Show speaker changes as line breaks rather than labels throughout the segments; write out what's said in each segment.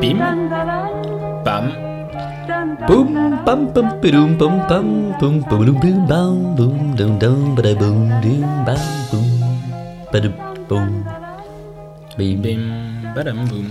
Bim, bam,
Boum, bam, bam, bidoum, bam, bam, boum, boum, boum, bam, boum, dum, dum, bada, boum, dum, bam, boum, bada, boum. Bim, bim.
bim, badam, boum.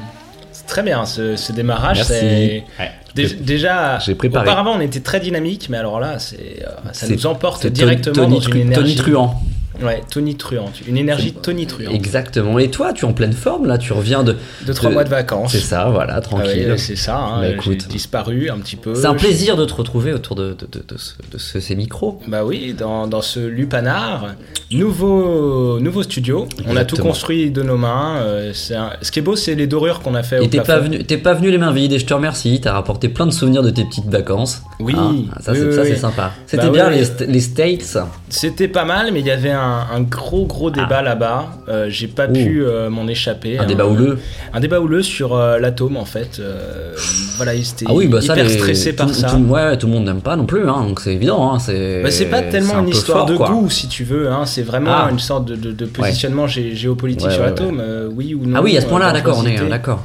C'est très bien ce, ce démarrage.
Merci.
c'est-
Ouais.
Dé- Déjà,
j'ai préparé.
auparavant, on était très dynamique, mais alors là, c'est, euh, ça
C'est-
nous emporte
c'est
directement
Tony,
dans une
Tru- Tony
énergie.
Truant.
Ouais, tonitruante. Une énergie tonitruante.
Exactement. Et toi, tu es en pleine forme là, tu reviens de.
De trois mois de vacances.
C'est ça, voilà,
Ah ouais,
tranquille.
c'est ça. hein,
Bah,
j'ai
écoute.
disparu un petit peu.
C'est un plaisir de te retrouver autour de, de, de- de ce- de ce- ces micros.
Bah oui, dans, dans ce lupanar, nouveau, nouveau studio. On a tout
Exactement.
construit de nos mains. euh, c'est un- Ce qui est beau, c'est les dorures qu'on a fait au
Et t'es pas,
plafond.
venu, t'es pas venu les mains vides et je te remercie, t'as rapporté plein de souvenirs de tes petites vacances.
Oui,
ça
oui,
c'est
oui,
ça,
oui.
c'est sympa. C'était
Bah
bien
ouais.
les, st- les States.
C'était pas mal, mais il y avait un, un gros gros débat là-bas. Euh, J'ai pas
Ah. Ouh.
pu euh, m'en échapper.
Un
hein.
débat houleux.
Un débat houleux sur euh, l'atome en fait. Euh, voilà, ils étaient
Ah oui, bah ça,
hyper
les-
stressés par
tout,
ça.
Tout, ouais, tout le monde n'aime pas non plus, hein, donc c'est évident. Hein, c'est,
Bah, c'est pas
c'est
tellement
un
une
peu
histoire
fort,
de
quoi.
goût, si tu veux. Hein. C'est vraiment
Ah.
une sorte de, de- de positionnement gé- géopolitique
Ouais,
sur
ouais,
l'atome. euh, oui ou non
Ah oui, à ce
euh,
point-là, d'accord, on est
dangerosité.
euh, d'accord.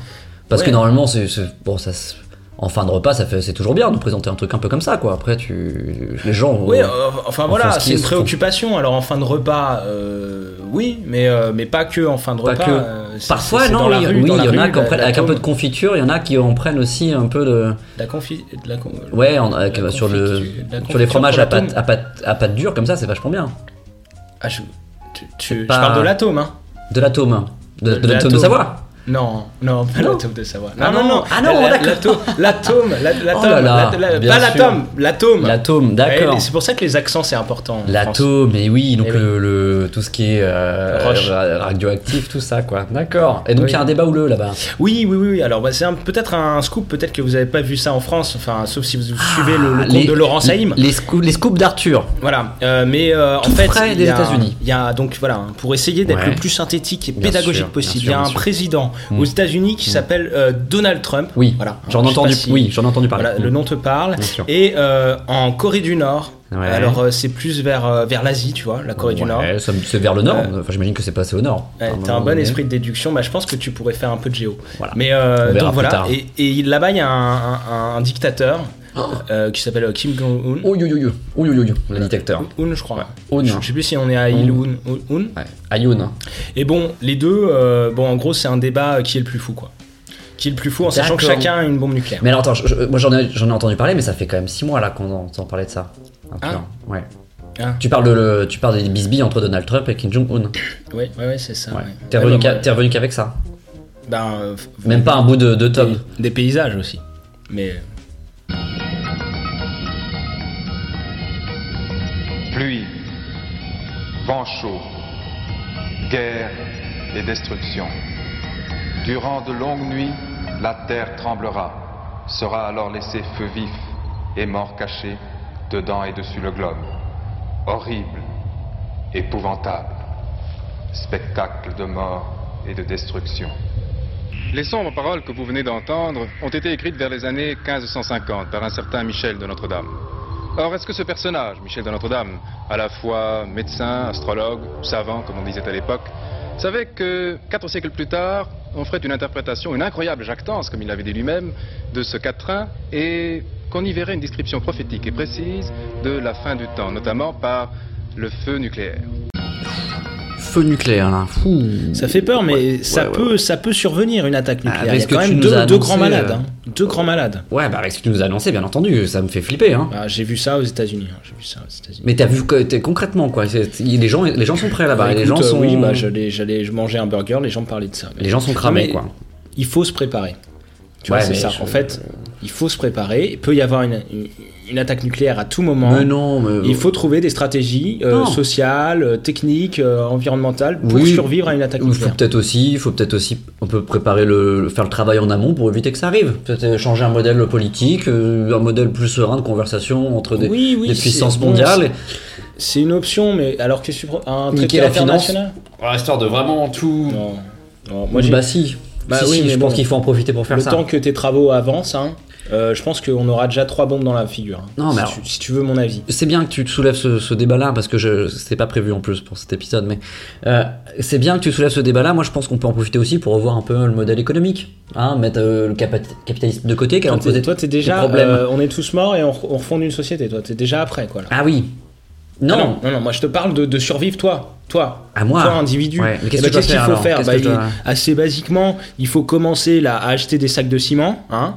Parce que
Ouais.
normalement, c'est, c'est- bon, ça, se- en fin de repas, ça fait, c'est toujours bien de présenter un truc un peu comme ça, quoi. Après, tu, les gens.
Oui,
euh,
euh, enfin
Enfin,
voilà,
ce qui
c'est
est
une
surtout-
préoccupation. Alors en fin de repas, euh, oui, mais, euh, mais pas que en fin de
Pas
repas.
que.
euh, c'est- c'est-
Parfois,
c'est
non,
dans la
oui,
rue,
oui,
dans
il
la
y en a
rue, bah,
qui en
la-
prennent
la
avec un peu de
com-
confiture, il y en a qui en prennent aussi un peu de.
La confi... de la con-
Ouais, en- avec-
la
sur, le,
confiture- de la
sur les
confiture
fromages
pour
à pâte,
l'atome.
à, pâte, à pâte dure, comme ça, c'est vachement bien.
Ah, je... Tu, tu- je
pas-
parle de l'atome, hein
De l'atome. De,
De
de l'atome de
l'atome.
Savoie.
Non, non, pas
Non.
l'atome de Savoie.
Ah
non,
non,
non.
ah non,
la-
d'accord. Oh
L'atome, l'atome, la- l'atome,
là là,
la- la-
bien
pas
sûr.
l'atome, l'atome.
L'atome,
Bah. Ouais,
d'accord.
C'est pour ça que les accents, c'est important. en France.
L'atome, mais oui, donc
Eh oui.
le, le- tout ce qui est euh,
Roche.
ra- radioactif, tout ça, quoi. D'accord. Et donc il
Oui.
y a un débat houleux là-bas.
Oui, oui, oui. oui. Alors, bah, c'est un- peut-être un scoop, peut-être que vous n'avez pas vu ça en France, enfin, sauf si vous suivez le, le compte de Laurent Saïm.
Ah, Les, scoops- les scoops d'Arthur.
Voilà, Euh, mais euh, en
Tout
fait,
frais
il
des
y a-
États-Unis.
Il y a donc voilà, hein, pour essayer d'être
Ouais.
le plus synthétique et
Bien
pédagogique
sûr, bien
possible,
sûr,
il y a
bien
un
sûr.
président
Mm.
aux États-Unis qui s'appelle euh, Donald Trump.
Oui,
voilà.
j'en ai
Je sais
entendu,
pas si-
oui, j'en ai entendu parler.
Voilà, le nom te parle.
Bien sûr.
Et euh, en Corée du Nord,
Ouais.
alors euh, c'est plus vers euh, vers l'Asie, tu vois, la Corée du Nord.
Ouais, ça me- c'est vers le nord.
Euh,
Enfin, j'imagine que c'est passé au nord.
Ouais,
À
T'as un
moment
bon
donné.
esprit de déduction, bah, je pense que tu pourrais faire un peu de géo.
Voilà.
Mais euh,
On verra
donc
plus
voilà,
tard.
et, et là-bas il y a un, un- un dictateur euh, qui s'appelle euh, Kim Jong-un.
Oh yo yo yo, oh yo yo yo, le détecteur.
Un, je crois.
Un.
Je je sais plus si on est à Ilun Un.
Ouais. Ayoun.
Et bon, les deux, euh, bon, en gros, c'est un débat euh, qui est le plus fou, quoi. Qui est le plus fou en sachant que
D'accord.
chacun a une bombe nucléaire.
Mais alors attends, je- je- moi j'en ai, j'en ai entendu parler, mais ça fait quand même 6 mois là qu'on en- entend parler de ça. Un peu,
Ah.
hein. Ouais.
Ah.
Tu parles de le, tu parles des bisbilles entre Donald Trump et Kim Jong Un.
Ouais, ouais, ouais, c'est ça.
Ouais.
Ah, ouais.
T'es
Ouais,
revenu,
bah,
qu'à-
ouais.
t'es revenu qu'avec ça.
Ben, euh, f-
Même pas un bout de, de
des,
tome.
des paysages aussi. Mais euh,
Pluie, vent chaud, guerre et destruction. Durant de longues nuits, la terre tremblera, sera alors laissé feu vif et mort caché dedans et dessus le globe. Horrible, épouvantable, spectacle de mort et de destruction.
Les sombres paroles que vous venez d'entendre ont été écrites vers les années 1550 par un certain Michel de Notre-Dame. Or, est-ce que ce personnage, Michel de Notre-Dame, à la fois médecin, astrologue, savant, comme on disait à l'époque, savait que quatre siècles plus tard, on ferait une interprétation, une incroyable jactance, comme il l'avait dit lui-même, de ce quatrain et qu'on y verrait une description prophétique et précise de la fin du temps, notamment par le feu nucléaire
Feu nucléaire là. Fou.
ça fait peur, mais
Ouais,
ça
ouais,
peut, ça peut survenir une attaque nucléaire. Il y a
avec ce
quand
que tu
même
nous
deux,
as
deux
annoncé,
grands malades,
euh,
hein. deux grands malades.
Ouais, bah avec ce que tu nous as annoncé, bien entendu, ça me fait flipper. Hein.
Ah, j'ai vu ça aux États-Unis. hein, J'ai vu ça aux États-Unis.
Mais t'as vu que t'es concrètement quoi. c'est- Les gens, les gens sont prêts là-bas.
Bah,
les
écoute,
gens
euh,
sont.
Oui, bah, j'allais, j'allais, je mangeais un burger, les gens parlaient de ça.
Les gens sont cramés, quoi.
Il faut se préparer. Tu
Ouais,
vois, c'est
mais
ça.
je-
En fait, il faut se préparer. Il peut y avoir une, une- une attaque nucléaire à tout moment.
Mais non, mais.
Hein. Il faut trouver des stratégies euh,
Non.
sociales, euh, techniques, euh, environnementales pour
Oui.
survivre à une attaque
Il faut
nucléaire.
peut-être aussi, il faut peut-être aussi, on peut préparer le, le- faire le travail en amont pour éviter que ça arrive. Peut-être euh, changer un modèle politique, euh, un modèle plus serein de conversation entre des,
Oui, oui,
des
c'est-
puissances
bon,
mondiales,
C'est une option, mais alors qu'est-ce que tu pro- un traité
Niquer la finance.
international
histoire de vraiment tout.
Non. Non, moi, j'ai-
bah si,
Bah
Si,
oui,
si,
mais
je
bon.
pense qu'il faut en profiter pour faire
le
ça.
temps que tes travaux avancent, hein, euh, je pense qu'on aura déjà trois bombes dans la figure. hein,
Non,
si,
mais alors-
tu, si tu veux mon avis.
C'est bien que tu te soulèves ce, ce débat-là, parce que je c'était pas prévu en plus pour cet épisode, mais euh, c'est bien que tu soulèves ce débat-là. Moi, je pense qu'on peut en profiter aussi pour revoir un peu le modèle économique, hein, mettre euh, le capat- capitalisme de côté, qui a
Toi,
imposé
t'es, toi, t'es
des
déjà.
problèmes.
euh, on est tous morts et on, re- on refonde une société. Toi, t'es déjà après, quoi. là.
Ah oui. Non.
Ah non, non, non, moi je te parle de, de survivre toi, toi.
À moi.
Toi, individu.
Ouais, mais qu'est-ce
Eh ben,
que je dois
qu'il
faire,
faut
alors
faire
Qu'est-ce
Bah,
que je
il-
dois-
Assez basiquement, il faut commencer là, à acheter des sacs de ciment. Hein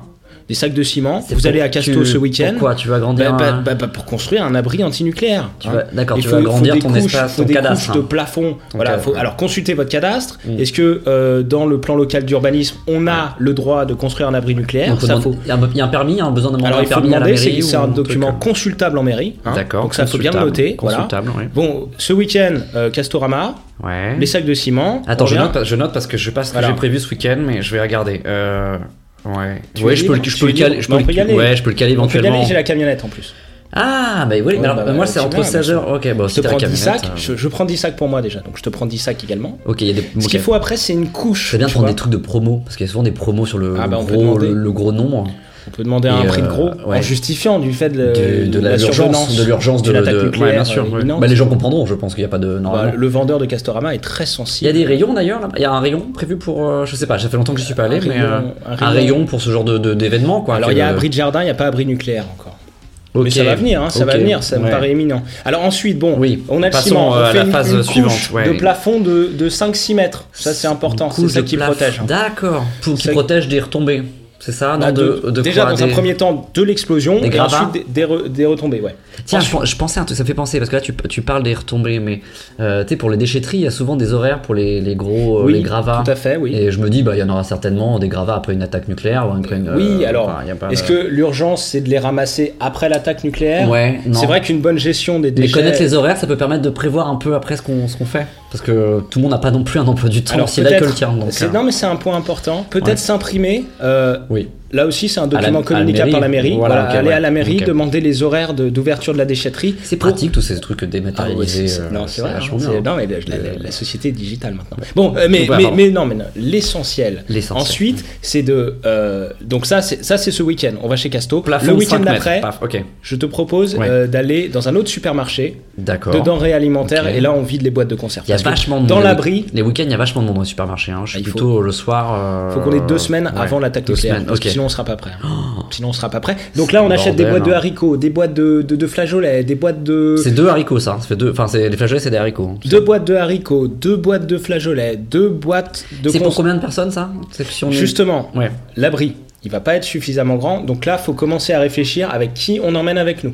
des sacs de ciment.
C'est
Vous
pour-
allez à Casto
tu-
ce week-end.
Pourquoi Tu vas
Bah,
agrandir
bah,
un-
bah, bah, Pour construire un abri antinucléaire.
hein Tu
hein.
vas- D'accord,
Il
tu
faut-
vas agrandir
faut des
ton
couches,
espace,
faut
ton
des
cadastre.
couches de
hein.
plafond. Voilà,
cadastre,
faut-
ouais.
alors consultez votre cadastre.
Mm.
Est-ce que euh, dans le plan local d'urbanisme, on a le droit de construire un abri nucléaire
Donc, faut
Ça,
demander-
faut-
Il y a un- il y a un permis, il y a un besoin de demander
Alors
un
il bah, faut
permis à la
demander,
mairie.
c'est, c'est
ou
un
truc,
document
euh,
consultable en mairie. hein.
D'accord.
Donc ça faut bien le
consultable,
noter. Voilà.
Consultable, ouais.
Bon, ce week-end, euh, Castorama,
Ouais.
les sacs de ciment.
Attends,
on
je
vient.
note, euh, je note parce que je sais pas ce que
Voilà.
j'ai prévu ce week-end, mais je vais regarder. Euh, ouais.
Tu
ouais,
es
je peux, le-
libre,
je
tu
peux
es
le caler.
libre.
Je
Bah,
peux
on peut y
le-
aller.
ouais, je peux le caler
On peut y aller,
éventuellement.
j'ai la camionnette en plus.
Ah, bah oui,
Ouais,
mais alors,
bah, bah,
moi
tu
c'est entre
viens,
16h. Ok, bon,
Je
si
te
t'as la
prends 10 sacs,
camionnette. euh,
je, je prends 10 sacs pour moi déjà, donc je te prends 10 sacs également.
Ok, il y a des.
Ce
ok.
qu'il faut après, c'est une couche.
C'est bien de
tu
prendre
vois.
des trucs de promo, parce qu'il y a souvent des promos sur le,
Ah, bah, on peut
gros,
demander.
le, le gros hein. nombre.
On peut demander un
Et,
prix de
euh,
gros
ouais.
en justifiant du fait de,
De, de la- l'urgence
Euh, survenance
de l'urgence de,
d'une attaque
de-
nucléaire,
ouais, bien sûr.
euh,
ouais.
imminente.
Bah, les gens comprendront, je pense qu'il n'y a pas de.
Bah,
Normalement.
le vendeur de Castorama est très
Il y
sensible.
a des rayons d'ailleurs là Il y a un rayon prévu pour. euh, je sais pas, ça fait longtemps que je suis pas allé,
Un
mais.
rayon-
euh,
un
Un
rayon-
rayon pour ce genre de- de- d'événement, quoi.
Alors
que-
il y a abri de jardin, il n'y a pas abri nucléaire encore.
Ok.
Mais ça va venir, hein, ça va
Ok.
venir, ça me
Ouais.
paraît éminent. Alors ensuite, bon,
Oui.
on a le
Passons,
ciment, on
euh, à
fait
la
une,
phase
une couche
suivante, ouais.
de plafond de, de 5-6 mètres. Ça c'est important, c'est
Couche
ça
de
qui
plaf-
protège. hein.
D'accord. Pour- Qui
Ça-
protège des retombées. C'est ça non,
Bah,
de,
de-
de
déjà
quoi,
dans un
des-
premier temps de l'explosion
des
et
gravats
ensuite des, des re- des retombées, ouais.
Tiens, je, je pensais à un truc, ça me fait penser, parce que là tu, tu parles des retombées, mais euh, tu sais, pour les déchetteries, il y a souvent des horaires pour les, les gros euh, les gravats.
tout à fait, oui.
Et je me dis, bah, il y en aura certainement des gravats après une attaque nucléaire ou après une.
oui,
euh,
alors,
enfin, il y a pas-
est-ce que l'urgence c'est de les ramasser après l'attaque nucléaire
Ouais, non.
C'est vrai qu'une bonne gestion des
Mais
déchets.
connaître les horaires, ça peut permettre de prévoir un peu après ce qu'on ce qu'on fait. Parce que tout le monde n'a pas non plus un emploi du temps
Alors,
si
peut-être-
l'alcool tient. donc,
c'est-
hein.
Non mais c'est un point important. Peut-être
Ouais.
s'imprimer euh,
Oui.
Là aussi, c'est un
la- à
document
la
communicable
mairie.
par la mairie.
Voilà,
Voilà,
ok,
aller
ouais.
à la mairie,
Ok.
demander les horaires de- d'ouverture de, la déchetterie.
C'est
pour-
pratique tous ces trucs
Ah ouais, c'est-
dématérialisés.
c'est-
euh,
non, c'est vrai.
vachement
hein,
bien. Euh,
c'est- non, mais la, la- la société est digitale maintenant. Bon, euh, mais,
Ouais,
mais,
pardon.
mais non, mais non, l'essentiel.
L'essentiel.
Ensuite, c'est de. euh, donc, ça, c'est ça, c'est ce week-end. On va chez Casto.
Plafond
Le
de
week-end
5 mètres.
d'après,
Paf, ok.
je te propose
Ouais.
euh, d'aller dans un autre supermarché
D'accord.
de denrées alimentaires.
Ok.
Et là, on vide les boîtes de conserve.
Il y a
Parce que
vachement de
Dans
monde.
l'abri, Ah,
Les week-ends, il y a vachement de monde dans les supermarchés. hein. Je suis
Il faut-
plutôt le soir. euh,
faut qu'on ait deux semaines
ouais,
avant l'attaque
deux
nucléaire.
semaines,
parce que
ok.
sinon, on sera pas prêt. hein. sinon, on sera pas prêt. Donc là, on
le
achète des
bordel,
boîtes de
hein.
haricots, des boîtes de, de, de flageolets, des boîtes de.
C'est deux haricots, ça. Ça fait deux... Enfin, c'est- les flageolets, c'est des haricots. hein.
Deux boîtes de haricots, deux boîtes de flageolets, deux boîtes de.
C'est pour
cons-
combien de personnes, ça C'est si on est-
Justement,
Ouais.
l'abri, il va pas être suffisamment grand. Donc là, faut commencer à réfléchir avec qui on emmène avec nous.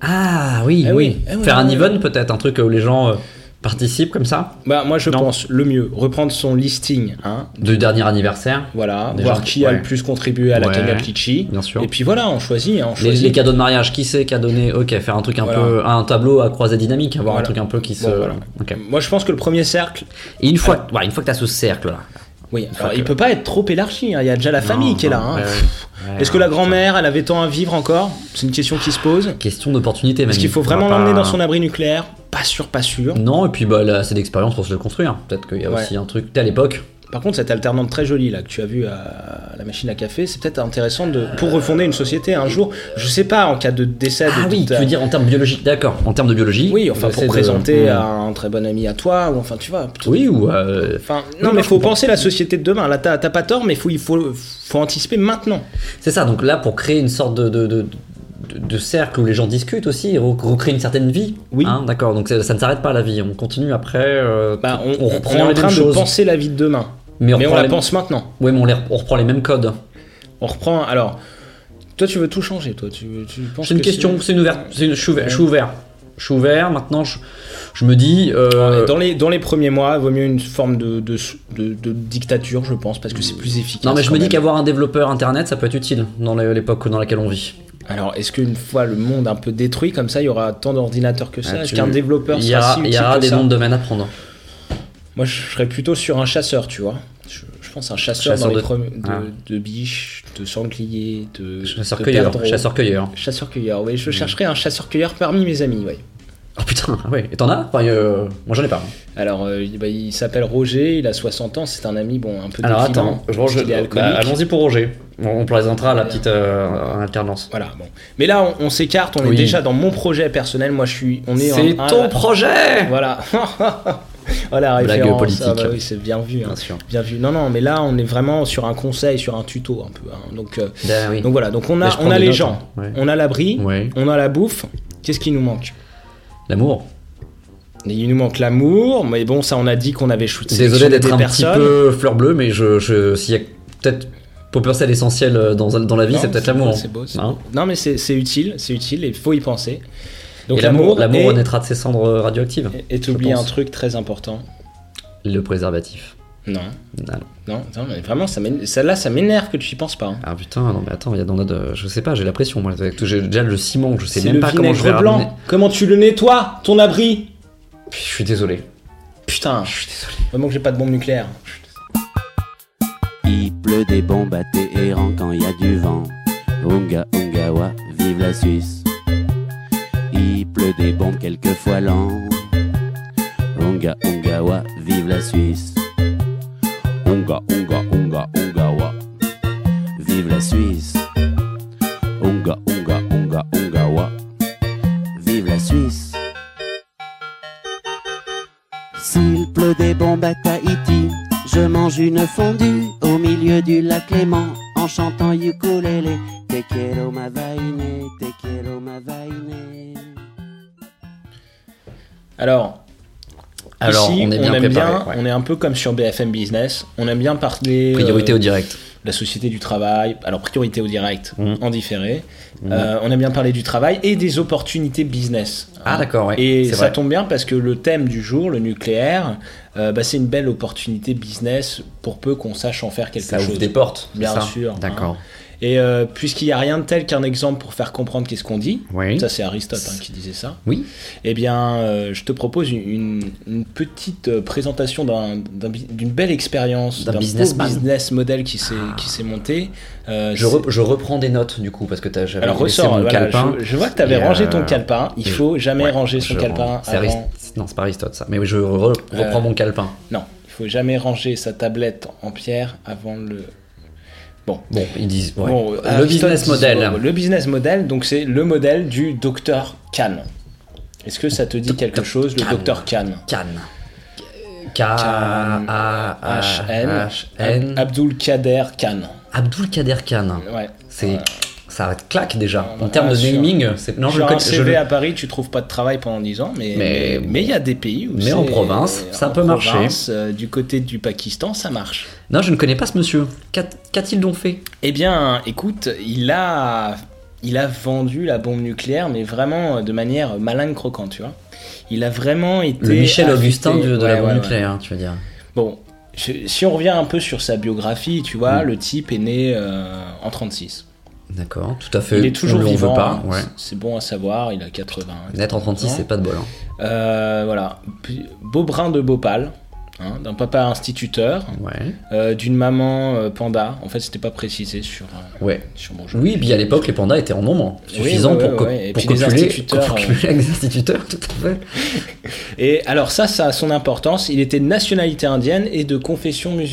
Ah oui,
Eh
oui.
oui, eh oui,
Faire un
oui.
even, peut-être, un truc où les gens euh, participent comme ça.
Bah, moi, je
Non.
pense le mieux, reprendre son listing, hein.
Du dernier anniversaire.
Voilà,
Des
voir
gens-
qui a
ouais.
le plus contribué à la
Ouais,
Kanga Kichi.
bien sûr.
Et puis voilà, on choisit. hein, on
Les,
choisit.
les cadeaux de mariage, qui c'est qui a donné Ok, faire un truc un
Voilà.
peu. Un tableau à croisée dynamique, avoir un
Voilà.
truc un peu qui se.
Bon, voilà.
Ok.
Moi, je pense que le premier cercle,
Et une fois, ouais, une fois que t'as ce cercle là.
oui,
faut
alors,
que-
il peut pas être trop élargi. hein. Il y a déjà la famille
Non,
qui est là.
non,
hein.
ouais,
Pff.
ouais. Ouais,
Est-ce que la
putain.
grand-mère, elle avait tant à vivre encore C'est une question qui se pose.
Question d'opportunité, même.
Est-ce qu'il faut vraiment l'emmener dans son abri nucléaire Pas sûr, pas sûr.
Non, et puis bah, là, c'est d'expérience pour se le construire. Peut-être qu'il y a
Ouais. Ah
aussi un truc. T'es à l'époque.
Par contre, cette alternante très jolie là que tu as vue à la machine à café, c'est peut-être intéressant de pour refonder une société un jour. Je sais pas en cas de décès. de
Ah oui,
toute
tu
ta-
veux dire en termes biologiques, d'accord. En termes de biologie.
Oui, enfin pour
j'essaie de-
présenter
Hmm.
à un très bon ami à toi ou enfin tu vois. plutôt-
Oui, ou. euh,
Enfin,
non,
non, mais
je
faut
comprends.
penser la société de demain. Là, t'as t'as pas tort, mais faut, il faut, faut anticiper maintenant.
C'est ça, donc là, pour créer une sorte de. de, de- de- de cercle où les gens discutent aussi, re- recréer une certaine vie.
Oui.
Hein, D'accord, donc ça, ça ne s'arrête pas la vie, on continue après. euh,
Bah, on,
on
on
reprend
est
les
en
mêmes
train de
choses.
penser la vie de demain,
mais on,
mais on
reprend
la
les-
pense maintenant.
Ouais, mais on, les- on reprend les mêmes codes.
On reprend. Alors, toi, tu veux tout changer, toi. Tu, tu penses
C'est une
que
question, c'est une ouverte. c'est une- Je suis ouvert. Je suis ouvert. Je suis ouvert, Maintenant, je, je me dis. euh,
Dans les, dans les premiers mois, vaut mieux une forme de, de, de- de dictature, je pense, parce que c'est plus efficace.
non, mais je
quand
me dis
même.
qu'avoir un développeur internet, ça peut être utile dans la- l'époque dans laquelle on vit.
Alors, est-ce qu'une fois le monde un peu détruit, comme ça, il y aura tant d'ordinateurs que ça
Ah,
Est-ce
tu-
qu'un développeur
Il y aura,
sera si
il y
utile
aura
que
des
ça
noms de domaines à prendre.
Moi, je serais plutôt sur un chasseur, tu vois. Je, je pense un chasseur,
Chasseur
dans les
de-
premiers-
Ah.
de, de biches, de sangliers, de. de
Chasseur-cueilleur.
perdreaux.
Chasseur-cueilleur.
Chasseur-cueilleur, oui, je chercherais un chasseur-cueilleur parmi mes amis, oui.
Oh putain, Putain, ah ouais. Et t'en as enfin, euh, Moi j'en ai pas. hein.
Alors, euh, il- bah, il s'appelle Roger, il a 60 ans, c'est un ami, bon, un peu
Alors
déclinant,
attends, je,
parce
je-
qu'il est
bah,
alcoolique.
allons-y pour Roger. On, on présentera la petite euh, en alternance.
Voilà, bon. Mais là, on, on s'écarte, on
Oui.
est déjà dans mon projet personnel. Moi, je suis. On est
C'est
en-
ton
ah,
projet
Voilà. voilà,
Blague
référence.
politique.
Ah bah oui, c'est bien vu. hein.
Bien sûr.
Bien vu. Non, non, mais là, on est vraiment sur un conseil, sur un tuto un peu. hein. Donc, euh,
Ben oui.
donc voilà, donc on
Mais
a,
je prends
on a
des
les
notes,
gens,
hein. Ouais.
on a l'abri,
Ouais.
on a la bouffe. Qu'est-ce qui nous manque
L'amour.
Il nous manque l'amour, mais bon, ça, on a dit qu'on avait shooté.
Désolé d'être un
personnes.
petit peu fleur bleue, mais je, je- s'il y a peut-être pour Purcell l'essentiel euh, dans, dans la vie,
Non,
c'est peut-être
beau,
l'amour.
C'est beau. c'est
hein.
beau. non, mais c'est c'est utile, c'est utile, et il faut y penser.
et
Donc
l'amour, l'amour
et-
renaîtra de ses cendres euh, radioactives.
Et t'oublies
je
un
pense.
truc très important.
Le préservatif.
Non.
Ah, non.
Non, non, mais vraiment, ça m'én- ça, là, ça m'énerve que tu y penses pas. hein.
Ah, putain, non mais attends, il y a dans notre, euh, je sais pas, j'ai la pression moi. avec tout- J'ai déjà le ciment, je sais
C'est
même
le
pas comment je vais
vinaigre blanc.
ramener.
Comment tu le nettoies, ton abri
Je suis désolé.
Putain,
Je suis désolé.
vraiment que j'ai pas de bombe nucléaire.
Il pleut des bombes à Téhéran quand il y a du vent. Unga Unga wa, vive la Suisse. Il pleut des bombes quelquefois lent. Unga Unga wa, vive la Suisse. Unga Unga Unga Unga wa, vive la Suisse. Unga Unga Unga Unga wa, vive la Suisse. S'il pleut des bombes à Tahiti, je mange une fondue au milieu du lac Léman en chantant ukulélé. Te quiero ma vaine, te quiero ma vaine.
Alors,
Alors,
ici,
on est bien
aime
préparé.
bien-
ouais.
on est un peu comme sur BFM Business. On aime bien parler
Priorité
euh,
au direct.
de la société du travail. Alors, priorité au direct,
Mhm.
en différé.
Mmh.
Euh, on aime bien parler du travail et des opportunités business.
Ah
Hein.
d'accord, ouais.
Et
c'est
ça
vrai.
tombe bien parce que le thème du jour, le nucléaire, euh, bah, c'est une belle opportunité business pour peu qu'on sache en faire quelque
ça
chose.
ouvre des portes. c'est
Bien
ça
sûr,
D'accord.
Et euh, puisqu'il n'y a rien de tel qu'un exemple pour faire comprendre qu'est-ce qu'on dit,
Oui.
ça c'est Aristote hein, qui disait ça,
Oui.
eh bien euh, je te propose une, une- une petite euh, présentation d'un- d'un bi- d'une belle expérience,
D'un
d'un beau
businessman.
business model qui s'est qui s'est monté. Euh,
Je,
c'est-
re- je reprends des notes du coup parce que t'as j'avais
alors
laissé
ressort,
mon
voilà,
calepin.
je, je vois que tu avais
Et,
rangé
euh,
ton calepin, il
je-
faut jamais
Ouais,
ranger son
je
calepin
range. C'est Arist-
avant...
Non, c'est pas Aristote ça. Mais oui, je re- reprends
Euh,
mon calepin.
Non, il faut jamais ranger sa tablette en pierre avant le... Bon,
Bon, ils disent. ouais.
Bon,
le
Aristote
business
disait-
model.
Le business model, donc c'est le modèle du docteur Kahn. Est-ce que ça te dit quelque chose, le
Kahn.
docteur Kahn
Cannes. K-A-H-N.
H-N. Abdul Kader Khan.
Abdul Kader Khan.
Ouais.
C'est. Ça claque déjà. En
Ah,
termes de
sûr.
naming, c'est. Non, je le
Genre un
connais. je
CV
le-
à Paris, tu trouves pas de travail pendant 10 ans, mais
Mais-
mais il y a des pays où
Mais
c'est-
en province, ça peut marcher.
province, euh, du côté du Pakistan, ça marche.
Non, je ne connais pas ce monsieur. Qu'a- Qu'a-t-il donc fait
Eh bien, écoute, il a, il a vendu la bombe nucléaire, mais vraiment euh, de manière maligne croquante, tu vois. Il a vraiment été.
Le Michel
affecté-
Augustin de, de
Ouais,
la bombe
ouais, ouais.
nucléaire, tu veux dire.
Bon, je- si on revient un peu sur sa biographie, tu
Mm.
vois, le type est né euh, en 36.
D'accord, tout à fait.
Il est toujours
on lui en
vivant.
veut
hein.
pas. Ouais.
C'est- C'est bon à savoir, il a 80.
Naître en 36,
ans.
c'est pas de bol. hein.
Euh, voilà. Puis, Beau brin de Bhopal, hein, d'un papa instituteur,
Ouais.
euh, d'une maman euh, panda. En fait, c'était pas précisé sur, euh,
Ouais.
sur mon jeu.
Oui, et puis à l'époque, les pandas étaient en nombre hein. suffisant
ouais, ouais,
pour, co-
ouais. Et
pour
puis les
copuler,
instituteurs,
pour
euh,
copuler avec les instituteurs, tout à fait.
Et alors ça, ça a son importance. Il était de nationalité indienne et de confession musulmane.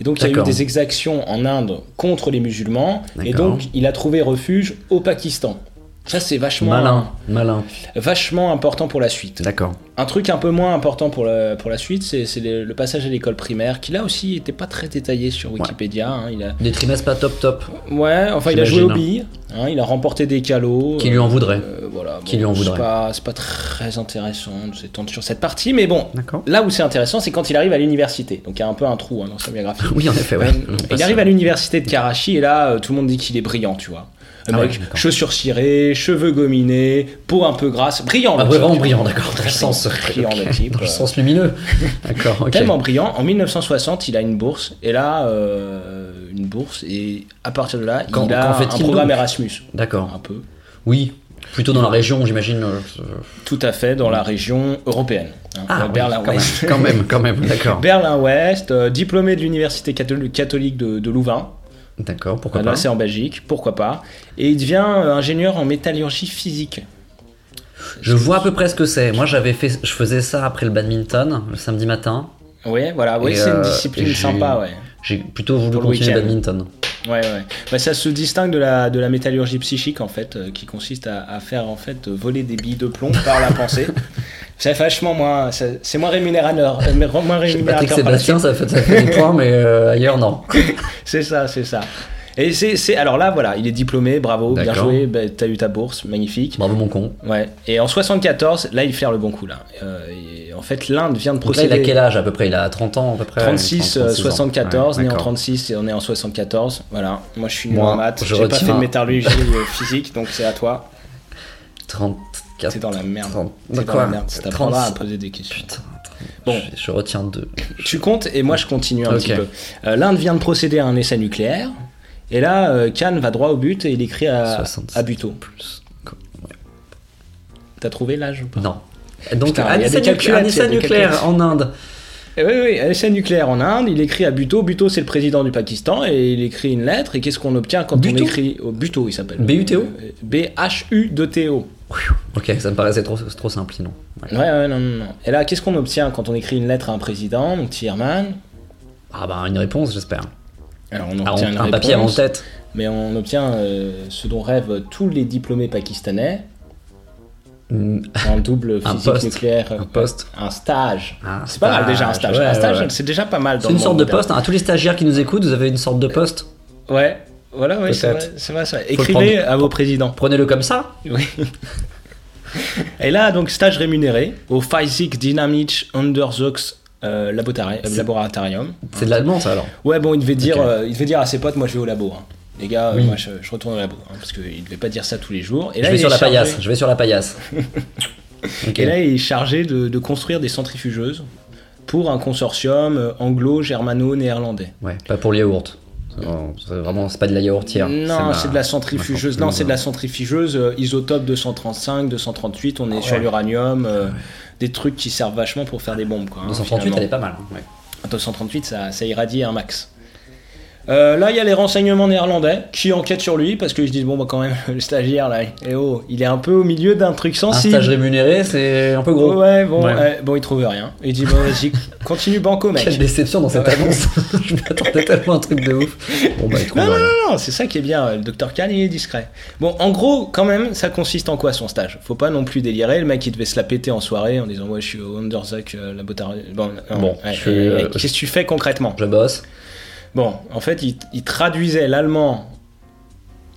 Et donc il y a eu
D'accord.
des exactions en Inde contre les musulmans. Et
D'accord.
donc il a trouvé refuge au Pakistan. Ça c'est vachement,
Malin, malin.
vachement important pour la suite.
D'accord.
Un truc un peu moins important pour la, pour la suite, c'est c'est le, le passage à l'école primaire, qui là aussi n'était pas très détaillé sur Wikipédia. hein. Il a,
Des trimestres pas top top,
ouais, enfin il a joué
J'imagine,
aux
hein.
billes, hein, il a remporté des calots.
qui lui en voudrait.
Euh, voilà,
Qui
bon,
lui en
c'est
voudrait.
pas- C'est pas très intéressant de s'étendre sur cette partie, mais bon,
D'accord.
Là où c'est intéressant, c'est quand il arrive à l'université. Donc il y a un peu un trou hein, dans sa biographie.
Oui, en effet, ouais.
Euh,
On passe-
il arrive à l'université de Karachi et là, euh, tout le monde dit qu'il est brillant, tu vois. Le
Ah
mec,
ouais, d'accord.
chaussures cirées, cheveux gominés, peau un peu grasse, brillant.
Ah,
le
ouais,
type,
vraiment
tu
brillant,
vois.
d'accord, dans le
Très
sens.
brillant, le
ok,
type,
Dans le
euh,
sens lumineux. D'accord, ok.
Tellement brillant. En 1960, il a une bourse et là, euh, une bourse et à partir de là,
Qu'en-
il a
qu'en
un
fait-il
programme
donc
Erasmus. Un
D'accord.
peu.
Oui, plutôt dans la région, j'imagine. euh, euh,
Tout à fait dans la région européenne. hein,
Ah,
la
oui, quand, même,
Berlin-Ouest.
quand même, quand même, d'accord.
Berlin-Ouest, euh, diplômé de l'université cathol- catholique de- de Louvain.
D'accord, pourquoi
Ah, Là,
pas.
c'est en Belgique, pourquoi pas. Et il devient euh, ingénieur en métallurgie physique.
Je vois à peu près ce que c'est. Moi, j'avais fait, je faisais ça après le badminton, le samedi matin.
Ouais, voilà, ouais,
Et,
c'est une
euh,
discipline
j'ai-
sympa, ouais.
J'ai plutôt voulu
Pour le
continuer le
week-end.
badminton.
Ouais, ouais. Bah, ça se distingue de la, de la métallurgie psychique, en fait, euh, qui consiste à, à faire, en fait, euh, voler des billes de plomb par la pensée. C'est vachement moins. ça- C'est moins rémunérateur. euh, mais moins
Patrick
rémunérateur par la
Sébastien, ça fait, ça fait des points, mais euh, ailleurs, non.
C'est ça, c'est ça. Et c'est, c'est- alors là, voilà, il est diplômé, bravo, bien
D'accord.
joué, bah, t'as eu ta bourse, magnifique.
Bravo, mon con.
Ouais. Et en 74, là, il fait le bon coup là. Euh, et en fait, l'Inde vient de
Donc là, il
procéder.
a quel âge à peu près Il a 30 ans à peu près
36, euh,
36 ans.
74,
Ouais,
né en
d'accord.
36 et on est en 74. Voilà. Moi, je suis nul
Moi,
en maths.
je
J'ai pas
retire
fait de
un.
métallurgie euh, physique, donc c'est à toi.
34.
T'es dans la merde.
Trente-
T'es dans
Quoi
la merde. Ça t'apprendra à
36.
poser des questions.
Putain.
Bon.
Je, je retiens deux.
Tu comptes et moi je continue un
Ok.
petit peu. Euh, L'Inde vient de procéder à un essai nucléaire. Et là, euh, Khan va droit au but et il écrit à,
67.
Ah, à Buto.
Plus.
T'as trouvé l'âge ou pas
Non. Donc,
Putain,
un
il y a
essai
des
nucléaire-
calculettes,
un essai
il y a des
nucléaire
calculettes.
en Inde.
Eh Oui, oui, essai nucléaire en Inde. Il écrit à Buto. Buto, c'est le président du Pakistan et il écrit une lettre. Et qu'est-ce qu'on obtient quand on
Buto
écrit au Buto Il s'appelle Euh,
B-U-T-O
B-H-U-D-T-O.
Ok, ça me paraissait trop, trop simple sinon. Ouais.
Ouais, ouais, non, non, non. Et là, qu'est-ce qu'on obtient quand on écrit une lettre à un président, mon petit Herman
Ah bah une réponse j'espère.
Alors, on
Ah,
obtient
on-
une
un papier en
réponse,
tête.
Mais on obtient euh, ce dont rêvent tous les diplômés pakistanais
Mm,
en double
Un
physique
poste.
nucléaire.
Un poste.
Un stage.
Un
c'est pas mal déjà un
stage.
stage.
Ouais,
un stage,
ouais, ouais.
c'est déjà pas mal. dans
C'est une
le Euh.
sorte
monde
de
moderne.
poste. hein. À tous les stagiaires qui nous écoutent, vous avez une sorte de poste.
Ouais. Voilà, ouais, c'est vrai,
Peut-être.
c'est vrai, c'est vrai.
le
Écrivez
prendre.
à vos présidents.
Prenez-le comme ça.
Oui. Et là, donc, stage rémunéré au Physik Dynamic Untersuchungs euh, Laboratari-
C'est-
Laboratorium.
C'est de l'allemand ça alors.
Ouais, bon, il devait dire,
Ok.
euh, il devait dire à ses potes, moi je vais au labo. hein. Les gars, euh,
Oui.
moi je, je retourne au labo. hein, parce qu'il devait pas dire ça tous les jours. Et là,
je vais
il
sur
est
la
chargé-
paillasse. Je vais sur la paillasse. Ok.
Et là, il est chargé de, de construire des centrifugeuses pour un consortium euh, anglo-germano-néerlandais.
Ouais, pas pour le yaourt. Non, c'est vraiment, c'est pas de la yaourtière.
Non, c'est de la centrifugeuse. Non,
D'accord.
c'est de la centrifugeuse euh, isotope 235, 238. On est
Ah
sur l'uranium. euh, Des trucs qui servent vachement pour faire des bombes. Quoi, hein,
238,
finalement. Ah,
elle est pas mal. hein. Ouais.
238, ça, ça irradie un max. Euh, là, il y a les renseignements néerlandais qui enquêtent sur lui parce qu'ils se disent bon, bah, quand même, le stagiaire là, eh oh, il est un peu au milieu d'un truc
Un
sensible.
stage rémunéré, c'est un peu gros.
Ouais, bon,
Ouais.
euh, bon, il trouve rien. Il dit bon, vas-y, continue banco, mec.
Quelle déception dans cette annonce. je m'attendais tellement à un truc de ouf. Bon bah, il trouve
Non, non,
rien.
non, non, c'est ça qui est bien. euh, Le docteur Kahn, il est discret. Bon, en gros, quand même, ça consiste en quoi son stage Faut pas non plus délirer. Le mec, il devait se la péter en soirée en disant Ouais, je suis au Wonderzuck, euh, la botarde. Bon, non,
Bon,
ouais,
je suis,
et,
euh,
mec, qu'est-ce que tu fais concrètement
Je bosse.
Bon, en fait, il, il traduisait l'allemand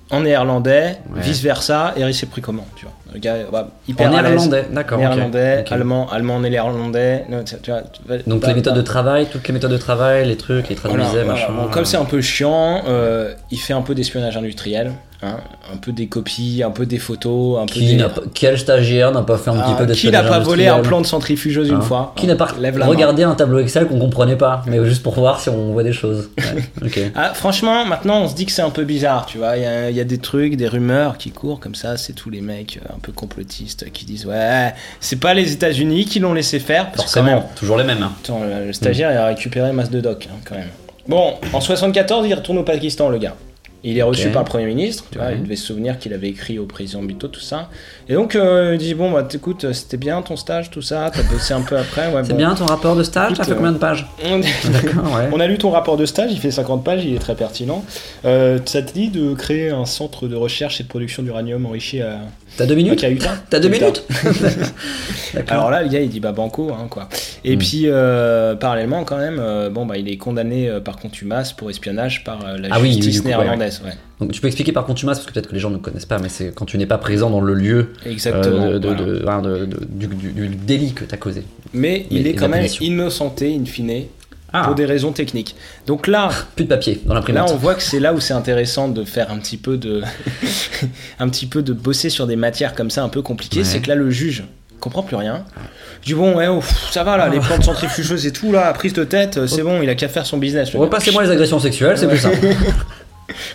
en néerlandais,
Ouais.
vice-versa, et il s'est pris comment tu vois Le gars, bah, hyper
En
à l'aise.
néerlandais, d'accord. ok.
Néerlandais,
Ok.
allemand, allemand, néerlandais. non, tu- tu vois, tu vas-
Donc
bah,
les méthodes
bah,
de travail, toutes les méthodes de travail, les trucs, les
voilà,
traduisait,
voilà.
machin.
Bon, comme c'est un peu chiant, euh, il fait un peu d'espionnage industriel, hein, un peu des copies, un peu des photos, un peu
Qui
des-
n'a pas- quel stagiaire n'a pas fait un
Ah,
petit peu
qui n'a
d'espionnage
pas volé un
industriel
plan de centrifugeuse
Hein
une fois
Qui n'a pas
Lève la main.
regardé un tableau Excel qu'on comprenait pas, mais juste pour voir si on voit des choses. Ouais, ok.
Ah, franchement, maintenant on se dit que c'est un peu bizarre, tu vois. Il y, a- il y a des trucs, des rumeurs qui courent comme ça. C'est tous les mecs euh, un peu complotistes qui disent Ouais, c'est pas les États-Unis qui l'ont laissé faire. Parce que quand
Forcément, toujours les mêmes. hein.
même, attends, le- le stagiaire il a récupéré masse de doc hein, quand même. Bon, en 74, il retourne au Pakistan, le gars. Il est reçu
Ok.
par le Premier ministre, tu vois,
Ouais.
il devait se souvenir qu'il avait écrit au président Bito, tout ça. Et donc, euh, il dit Bon, bah, t'écoutes, c'était bien ton stage, tout ça, t'as bossé un peu après, ouais,
C'est
bon.
bien ton rapport de stage, t'as
Écoute,
fait
euh,
combien de pages D'accord, ouais.
On a lu ton rapport de stage, il fait 50 pages, il est très pertinent. Euh, ça te dit de créer un centre de recherche et de production d'uranium enrichi à,
T'as deux
à
minutes
Cayuta
T'as deux
Cayuta.
minutes
Alors là, le gars, il dit bah banco, hein, quoi. Et
Mm.
puis, euh, parallèlement, quand même, euh, bon, bah, il est condamné euh, par contumace pour espionnage par euh, la
Ah oui, oui,
justice
du coup, ouais,
néerlandaise. ouais.
Donc tu peux expliquer par contumace, parce que peut-être que les gens ne connaissent pas, mais c'est quand tu n'es pas présent dans le lieu euh,
Exactement.
de- de-
voilà.
de- hein, de- de- du, du- du délit que t'as causé.
Mais il
Mais
est quand même
l'appellation.
innocenté, in fine,
Ah,
pour des raisons techniques. Donc là,
plus de papier dans
Là,
l'imprimante.
on voit que c'est là où c'est intéressant de faire un petit peu de, un petit peu de bosser sur des matières comme ça un peu compliquées.
Ouais.
C'est que là, le juge comprend plus rien. Il dit bon, ouais, oh, pff, ça va là, les plantes centrifugeuses et tout là, prise de tête, euh, c'est bon, il a qu'à faire son business. le gars.
Repassez-moi les agressions sexuelles, c'est plus simple.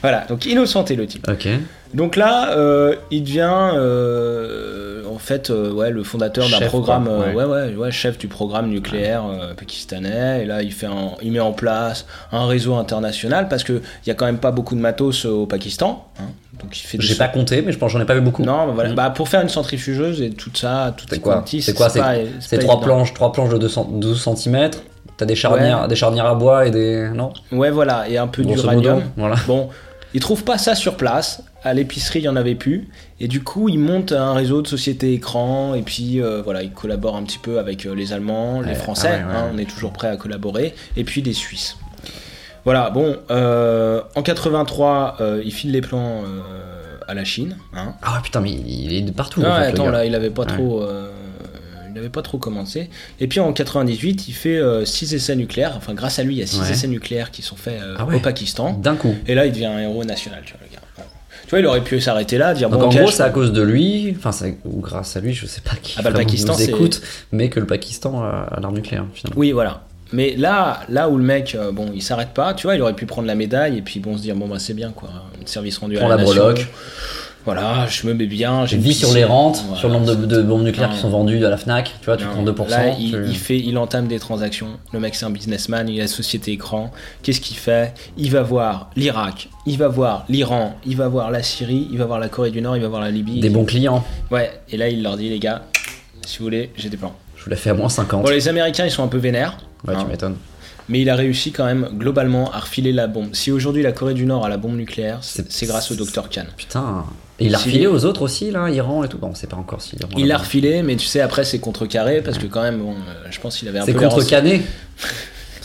Voilà, donc innocenté le type.
Ok.
Donc là, euh, il devient euh, en fait euh, ouais le fondateur d'un
Chef,
programme,
quoi,
euh, ouais. ouais ouais, chef du programme nucléaire euh, pakistanais. Et là, il fait un- il met en place un réseau international parce que il y a quand même pas beaucoup de matos euh, au Pakistan. hein. Donc il fait des
J'ai pas compté, mais je pense que j'en ai pas vu beaucoup.
Non, bah, voilà.
Mm.
Bah, pour faire une centrifugeuse et tout ça, tout
C'est quoi
quanti,
C'est quoi C'est
pas-
c'est
pas
trois
évident.
planches, trois planches de 200 12 cm. T'as des charnières, des charnières à bois et des non.
Ouais, voilà, et un peu
Grosso
d'uranium.
modo, voilà.
Bon, ils trouvent pas ça sur place. À l'épicerie, il y en avait plus. Et du coup, ils montent un réseau de sociétés écrans. Et puis, euh, voilà, ils collaborent un petit peu avec euh, les Allemands, les
Ouais,
Français.
ah ouais, ouais,
hein,
ouais.
on est toujours prêt à collaborer. Et puis les Suisses. Voilà, bon, euh, en 83, euh, ils filent les plans euh, à la Chine. Hein. Ah
Ah ouais, putain, mais il est de partout.
Ouais,
en fait, le
attends,
gars.
là, il avait pas
Ouais.
trop. euh, il n'avait pas trop commencé. Et puis en 98, il fait 6 essais nucléaires. Enfin, grâce à lui, il y a 6
Ouais.
essais nucléaires qui sont faits euh,
Ah ouais.
au Pakistan.
D'un coup.
Et là, il devient un héros national, tu vois, le gars. Ouais. Tu vois, il aurait pu s'arrêter là, dire
Donc
bon,
en
ok,
gros,
je-
c'est à cause de lui, enfin c'est- ou grâce à lui, je sais pas qui
Ah bah, le
vraiment
Pakistan,
nous
c'est-
écoute, mais que le Pakistan a a l'arme nucléaire finalement.
Oui, voilà. Mais là, là où le mec, euh, bon, il s'arrête pas, tu vois, il aurait pu prendre la médaille et puis bon, se dire bon, bah c'est bien quoi, un service rendu
Prends
à la,
la
nation.
breloque.
Voilà, je me mets bien, j'ai
J'ai
une
vie sur
piscine.
les rentes,
Voilà.
sur le nombre de, de bombes nucléaires
Non.
qui sont vendues à la Fnac, tu vois, tu
Non,
prends 2%.
Là, il,
tu-
il fait, il entame des transactions. Le mec, c'est un businessman, il a société écran. Qu'est-ce qu'il fait Il va voir l'Irak, il va voir l'Iran, il va voir la Syrie, il va voir la Corée du Nord, il va voir la Libye.
Des bons clients.
Ouais, et là, il leur dit, les gars, si vous voulez, j'ai des plans.
Je vous l'ai fait à moins 50.
Bon, les Américains, ils sont un peu vénères.
ouais,
hein,
tu m'étonnes.
mais il a réussi quand même globalement à refiler la bombe. Si aujourd'hui la Corée du Nord a la bombe nucléaire, c'est
C'est-
c'est grâce au docteur Khan.
Putain. Et il a
Si-
refilé aux autres aussi, là, Iran et tout. Bon, on sait pas encore si.
Il l'a refilé, mais tu sais, après c'est contrecarré parce que quand même, bon, euh, je pense qu'il avait un peu. Ah
C'est
les
contre
renseignements.
Canet.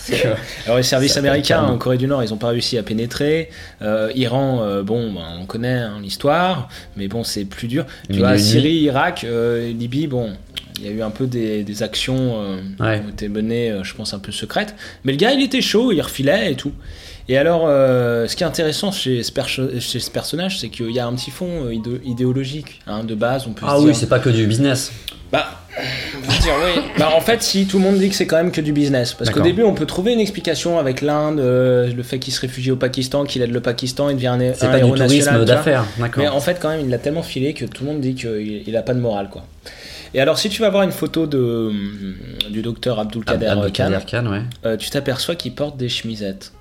Parce que-
Alors les services
Ça fait
américains
calme.
en Corée du Nord, ils n'ont pas réussi à pénétrer. Euh, Iran, euh, bon, ben, on connaît hein, l'histoire, mais bon, c'est plus dur. Tu
Milieu
vois,
uni.
Syrie, Irak, euh, Libye, bon, il y a eu un peu des, des actions euh,
Ouais.
qui ont été menées, euh, je pense, un peu secrètes. Mais le gars, il était chaud, il refilait et tout. Et alors, euh, ce qui est intéressant chez ce, perche- chez ce personnage, c'est qu'il y a un petit fond euh, idé- idéologique hein, de base. On peut
Ah
se
oui,
dire,
c'est pas que du business.
bah, on peut dire oui. Bah, en fait, si tout le monde dit que c'est quand même que du business, parce qu'au
D'accord.
début, on peut trouver une explication avec l'Inde, euh, le fait qu'il se réfugie au Pakistan, qu'il aide le Pakistan, il devient un,
C'est
un
pas du
héros national,
tourisme
tu vois.
d'affaires.
Mais
D'accord.
en fait, quand même, il l'a tellement filé que tout le monde dit qu'il il a pas de morale, quoi. Et alors, si tu vas voir une photo de, du docteur Abdul
Ab-
Kader Khan,
Abdelkader Khan, Ah, ouais.
euh, tu t'aperçois qu'il porte des chemisettes.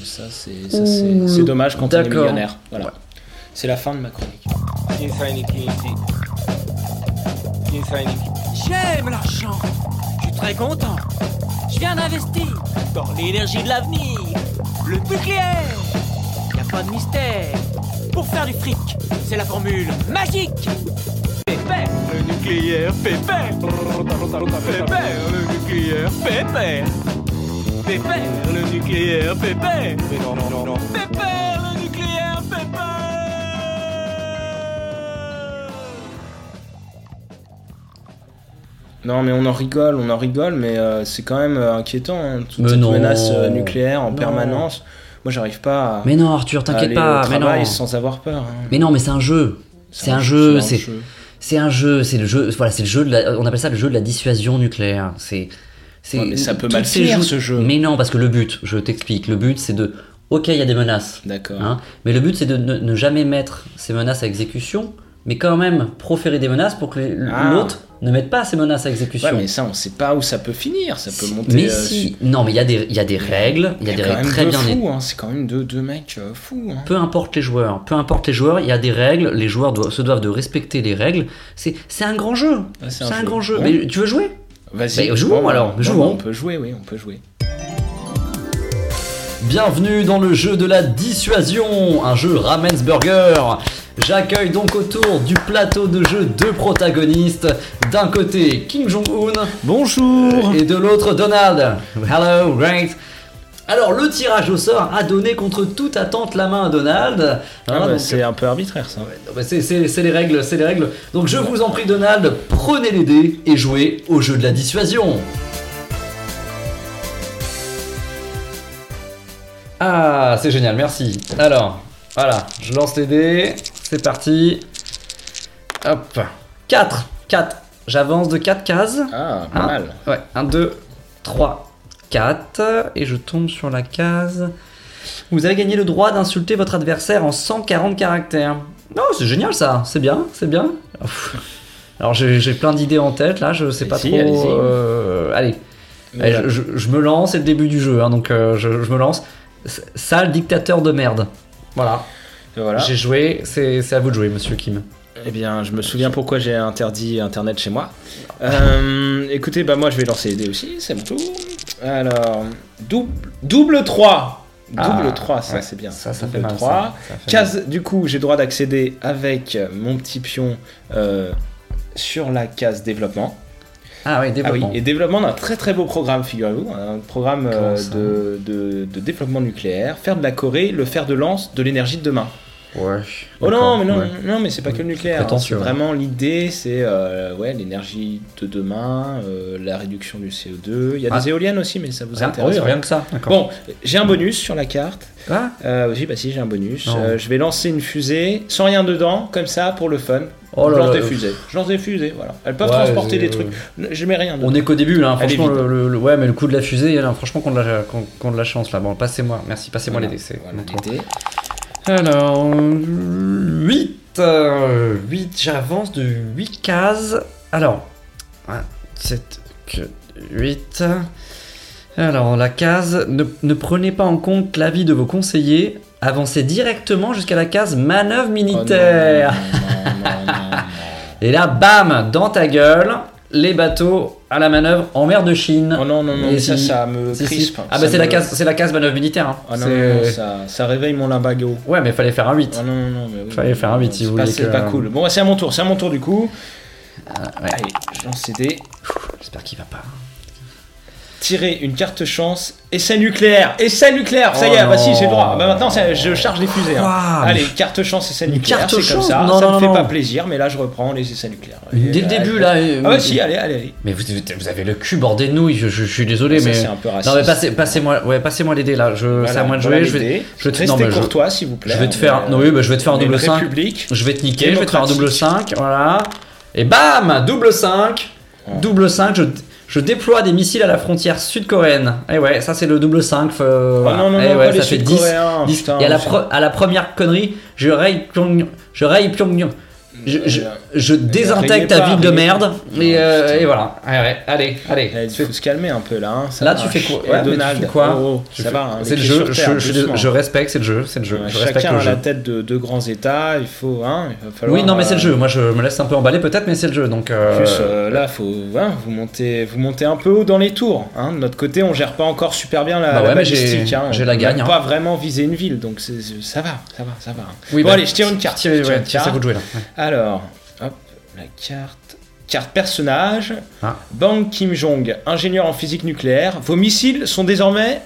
Et Ça, c'est ça, c'est- c'est dommage quand on est
D'accord.
millionnaire. Voilà.
Ouais.
C'est la fin de ma chronique.
J'aime l'argent. Je suis très content. Je viens d'investir dans l'énergie de l'avenir. Le nucléaire. Y a pas de mystère. Pour faire du fric, c'est la formule magique. Pépère. Le nucléaire pépère. Pépère. Le nucléaire pépère. Pépère. Le nucléaire pépère. Mais non, non, non, non. Pépère. Le nucléaire pépère.
Non, mais on en rigole, on en rigole, mais euh, c'est quand même euh, inquiétant, hein, toute
Mais
cette
non.
menace euh, nucléaire en
Non.
permanence. Moi, j'arrive pas à,
Mais non, Arthur,
à
t'inquiète
aller
pas.
Ah. au
Mais
travail
non.
sans avoir peur. hein.
Mais non, mais c'est un jeu. C'est un jeu, c'est c'est un jeu, c'est le jeu, voilà, c'est le jeu de la- on appelle ça le jeu de la dissuasion nucléaire. C'est c'est
Ouais, mais ça peut
toutes
mal
ces
finir,
jeux-
ce jeu.
Mais non, parce que le but, je t'explique, le but c'est de OK, il y a des menaces,
D'accord.
hein, mais le but c'est de ne, ne jamais mettre ces menaces à exécution, mais quand même proférer des menaces pour que les-
Ah.
l'autre ne mette pas ces menaces à
Ouais,
exécution.
mais ça, on sait pas où ça peut finir. Ça peut
Si-
monter.
mais
euh,
si, non, mais il y a des il y a des règles, il y a des
sur- quand
règles
même
très
deux
bien
fous, hein, C'est quand même deux, deux mecs euh, fous. hein.
peu importe les joueurs, peu importe les joueurs, il y a des règles, les joueurs doivent- se doivent de respecter les règles. C'est c'est un grand jeu.
Ah,
c'est un, grand jeu.
Bon.
Mais tu veux jouer
Vas-y.
Bah, jouons,
bon,
alors,
bon,
jouons.
On peut jouer, oui, on peut jouer.
Bienvenue dans le jeu de la dissuasion, un jeu Ramensburger. J'accueille donc autour du plateau de jeu deux protagonistes. D'un côté, Kim Jong-un
Bonjour.
et de l'autre, Donald. Hello, great. Alors, le tirage au sort a donné contre toute attente la main à Donald. Hein, donc,
Ah, bah, c'est un peu arbitraire, ça.
Non, mais c'est- C'est c'est les règles, c'est les règles. Donc je vous en prie Donald, prenez les dés et jouez au jeu de la dissuasion. Ah, c'est génial, merci. Alors, voilà, je lance les dés, c'est parti. Hop, 4, 4. J'avance de 4 cases.
Ah, pas
Un,
mal.
Ouais, 1, 2, 3, 4. Et je tombe sur la case. Vous avez gagné le droit d'insulter votre adversaire en 140 caractères. Non, c'est génial ça, c'est bien, c'est bien. Ouf. Alors j'ai j'ai plein d'idées en tête là, je sais pas
Allez-y,
trop.
allez-y.
euh, allez,
Mais
Allez,
là-
je, je- je me lance, c'est Ah le début du jeu, hein, donc euh, je, je me lance. S- Sale dictateur de merde. Voilà.
Et Voilà.
J'ai joué, c'est c'est à vous de jouer, monsieur Kim.
Eh bien, je me souviens pourquoi j'ai interdit Internet chez moi.
Ah.
Euh, écoutez, bah moi je vais lancer les dés aussi, c'est mon tour. Alors, double, double 3 Double
Ah,
3, ça
ouais.
c'est bien.
Ça, ça
Double
fait mal.
trois.
ça. Ça fait mal.
Case, du coup, j'ai droit d'accéder avec mon petit pion euh, sur la case développement.
Ah oui,
Ah oui,
développement.
et développement d'un très très beau programme, figurez-vous. Un programme euh,
Comment ça
de, de- de développement nucléaire, faire de la Corée le fer de lance de l'énergie de demain.
Ouais.
Oh non,
d'accord,
mais non,
ouais.
non, mais c'est pas que le nucléaire. hein.
Prétentieux,
C'est
ouais.
Vraiment, l'idée, c'est euh, ouais, l'énergie de demain, euh, la réduction du CO2. Il y a
Ah.
des éoliennes aussi, mais ça vous
Rien,
intéresse
oh oui,
pas.
rien que ça. D'accord.
Bon, j'ai un bonus sur la carte.
Ah,
Euh, oui, bah si, j'ai un bonus.
Non.
Euh, je vais lancer une fusée sans rien dedans, comme ça, pour le fun.
oh
je
là
lance
là.
des fusées. Je lance des fusées, voilà. Elles peuvent
Ouais,
transporter
euh,
des trucs. Je mets rien dedans.
On est qu'au début là, hein,
Elle est
franchement,
vide.
le, le- le- ouais, mais le coup de la fusée, là, franchement, qu'on de, la- qu'on- qu'on de la chance là. Bon, passez-moi, merci, passez-moi les dés. c'est
Voilà,
mon tour.
l'idée.
Alors, 8, 8, j'avance de 8 cases. Alors, 7, 8. Alors, la case, ne, ne prenez pas en compte l'avis de vos conseillers, avancez directement jusqu'à la case manœuvre
Oh non,
militaire.
non, non, non, non, non.
Et là, bam, dans ta gueule, les bateaux à la manœuvre en mer de Chine.
Oh non, non, non,
Et
ça,
si-
ça me
Si, si.
crispe.
Ah
Ça
bah c'est la
me-
case, c'est la case manœuvre militaire. hein.
Ah non,
C'est-
non, non, ça, ça réveille mon lumbago.
Ouais, mais fallait faire un 8.
Ah non, non, non, mais oui.
Fallait faire un huit
C'est
si vous
pas-
voulez
C'est
que- Ah,
pas cool. Bon, bah, c'est à mon tour, c'est à mon tour du coup.
ouais.
Allez, je lance ces dés.
J'espère qu'il va pas.
Tirer une carte chance. Essai nucléaire Essai nucléaire Ça y est,
Oh
bah si,
non.
j'ai le droit. Bah maintenant, ça- je charge les fusées. hein.
Waouh, mais-
Allez, carte chance, essai
Une
nucléaire,
carte
c'est comme
chance
ça.
Non,
ça
non,
me fait
non.
pas plaisir, mais là, je reprends les essais nucléaires. Et,
Dès le
euh,
début
allez.
là. euh,
Ah ouais, si, allez, allez, allez.
Mais vous, vous avez le cul bord des nouilles. Je, je- je suis désolé,
Ça,
mais.
c'est un peu raciste.
non mais passez, passez-moi, ouais, passez-moi les dés là. Je,
Voilà,
c'est à moi de jouer.
voilà
je
les
vais,
dés.
je vais te, non,
Restez
mais je,
courtois, s'il vous plaît.
je vais te
On
faire,
est,
non,
euh,
oui, bah, je vais te faire un
on est
double
une
5
république.
Je vais te niquer. Je vais te faire un
Démocratique.
double 5 Voilà. Et bam, double 5 double 5 Je, je déploie des missiles à la frontière sud-coréenne. Et ouais, ça c'est le double 5
Ah non, non, non,
Et Eh ouais,
pas les
ça fait 10
Sud-Coréens,
Dis-
putain,
et à la,
c'est-
pre- à la première connerie, je raye Pyongyang. Je raye Pyongyang. Je, je, je
riez
désintegre
pas,
ta ville de
riez.
merde.
Non,
Et, euh,
putain.
et voilà. Ouais, ouais, Allez, allez.
Eh, Il faut se calmer un peu là. hein, ça
Là,
marche.
tu fais quoi
Eh,
Ouais, mais tu
Donald,
fais quoi
oh, oh,
Tu
ça
fais-
va. hein,
C'est le
les
jeu.
pieds
Je,
sur terre,
je suis
doucement.
désolé, je respecte, c'est le jeu. C'est le jeu.
Ouais,
je respecte
Chacun
le
à
jeu.
la tête de deux grands États, il faut. Hein, il va falloir,
Oui, non, mais c'est le
euh,
jeu. Moi, je me laisse un peu emballer peut-être, mais c'est le jeu. Donc.
en
euh,
Plus euh, là, faut hein, vous montez, vous montez un peu haut dans les tours. Hein. De notre côté, on gère pas encore super bien la,
Bah
la
ouais, mais j'ai-
balistique. hein.
j'ai la
On peut
gagne,
même
hein.
Pas vraiment viser une ville, donc c'est- c'est- ça va, ça va, ça va. hein. bon
bah,
allez, je tire une carte.
Tirez,
je tire
ouais,
une
c'est à
carte.
vous de jouer là. Ouais.
Alors, hop, la carte. Carte personnage.
Ah.
Bang Kim Jong, ingénieur en physique nucléaire. Vos missiles sont désormais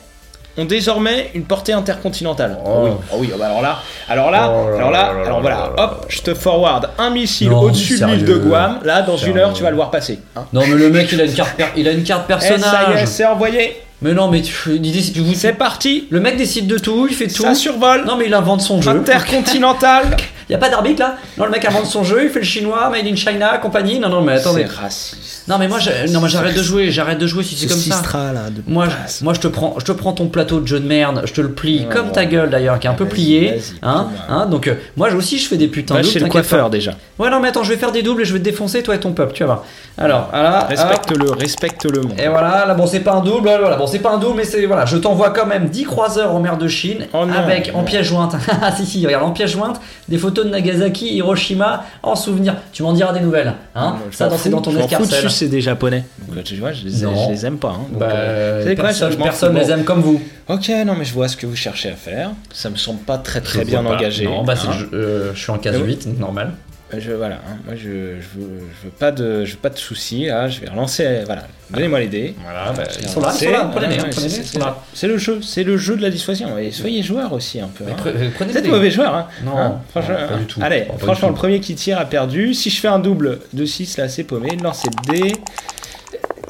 ont désormais une portée intercontinentale.
Oh.
Ah oui, ah oui, ah bah alors là, alors là,
Oh là
alors
là
là,
là
alors
là là
voilà,
là
hop, je te forward un missile
Non,
au-dessus de l'île de
sérieux.
Guam. Là, dans une heure,
Sérieux.
tu vas le voir passer. hein.
Non, mais le mec, il a une carte, per- il a une carte
Eh, ça y est,
personnage.
c'est envoyé.
mais non, mais tu- l'idée, c'est que vous.
C'est parti.
Le mec décide de tout, il fait tout.
Ça survole.
Non, mais il invente son jeu.
Intercontinental.
Y a pas d'arbitre là Non, le mec invente son jeu, il fait le chinois, Made in China, compagnie. Non, non, mais
C'est
attendez.
raciste.
Non, mais moi, je- non, moi, j'arrête de jouer, j'arrête de jouer si c'est comme ça.
là, de
Moi,
passe.
je, moi je, te prends, je te prends ton plateau de jeu de merde, je te le plie
Ouais,
comme
ouais.
ta gueule d'ailleurs, qui est un peu
Ah, Vas-y,
pliée.
vas-y,
Hein,
putain.
hein, donc, euh, moi aussi, je fais des putains de
Va
doubles,
chez le
t'inquiète
coiffeur déjà.
pas. Ouais, non, mais attends, je vais faire des doubles et je vais te défoncer, toi et ton peuple, tu vas voir. Alors, voilà. hop,
Respecte-le, respecte-le. mon
Et voilà, là bon c'est pas un double, là, voilà, bon c'est pas un double mais c'est voilà, je t'envoie quand même 10 croiseurs en mer de Chine
Oh non,
avec en
non.
pièce jointe. Ah, si si, regarde en pièce jointe des photos de Nagasaki, Hiroshima en souvenir. Tu m'en diras des nouvelles, hein
Non, je
Ça
m'en
dans, c'est
fous,
dans ton
je m'en fous de
escarcelle.
sucer des japonais. Donc, euh, tu vois, je les,
Non.
je les aime pas. hein. Donc,
Bah,
euh, c'est quoi, ça,
personne,
je m'en
personne
fous.
les
Bon.
aime comme vous.
Ok, non, mais je vois ce que vous cherchez à faire. Ça me semble pas très très
Je
bien
vois pas.
engagé.
Non, bah, c'est
hein.
le jeu- euh, je suis en case
Ah oui.
8, normal.
Euh, je, voilà, hein, moi je, je, veux, je veux pas de, je veux pas de soucis. Là, je vais relancer. Voilà, donnez-moi les dés.
Voilà, bah,
Je vais
ils sont là,
relancer.
ils sont là, prenez les,
Ouais,
hein,
ouais,
prenez les,
c'est-
ils sont là.
C'est le jeu, c'est le jeu de la dissuasion. Et soyez joueur aussi un peu. hein.
Pre- euh, Prenez
Vous
les.
êtes mauvais joueur, hein
Non,
Hein, franchement,
non, pas
hein.
du tout.
Allez,
Pas du
franchement,
tout.
le premier qui tire a perdu. Si je fais un double de 6, là, c'est paumé. Lancer de dés.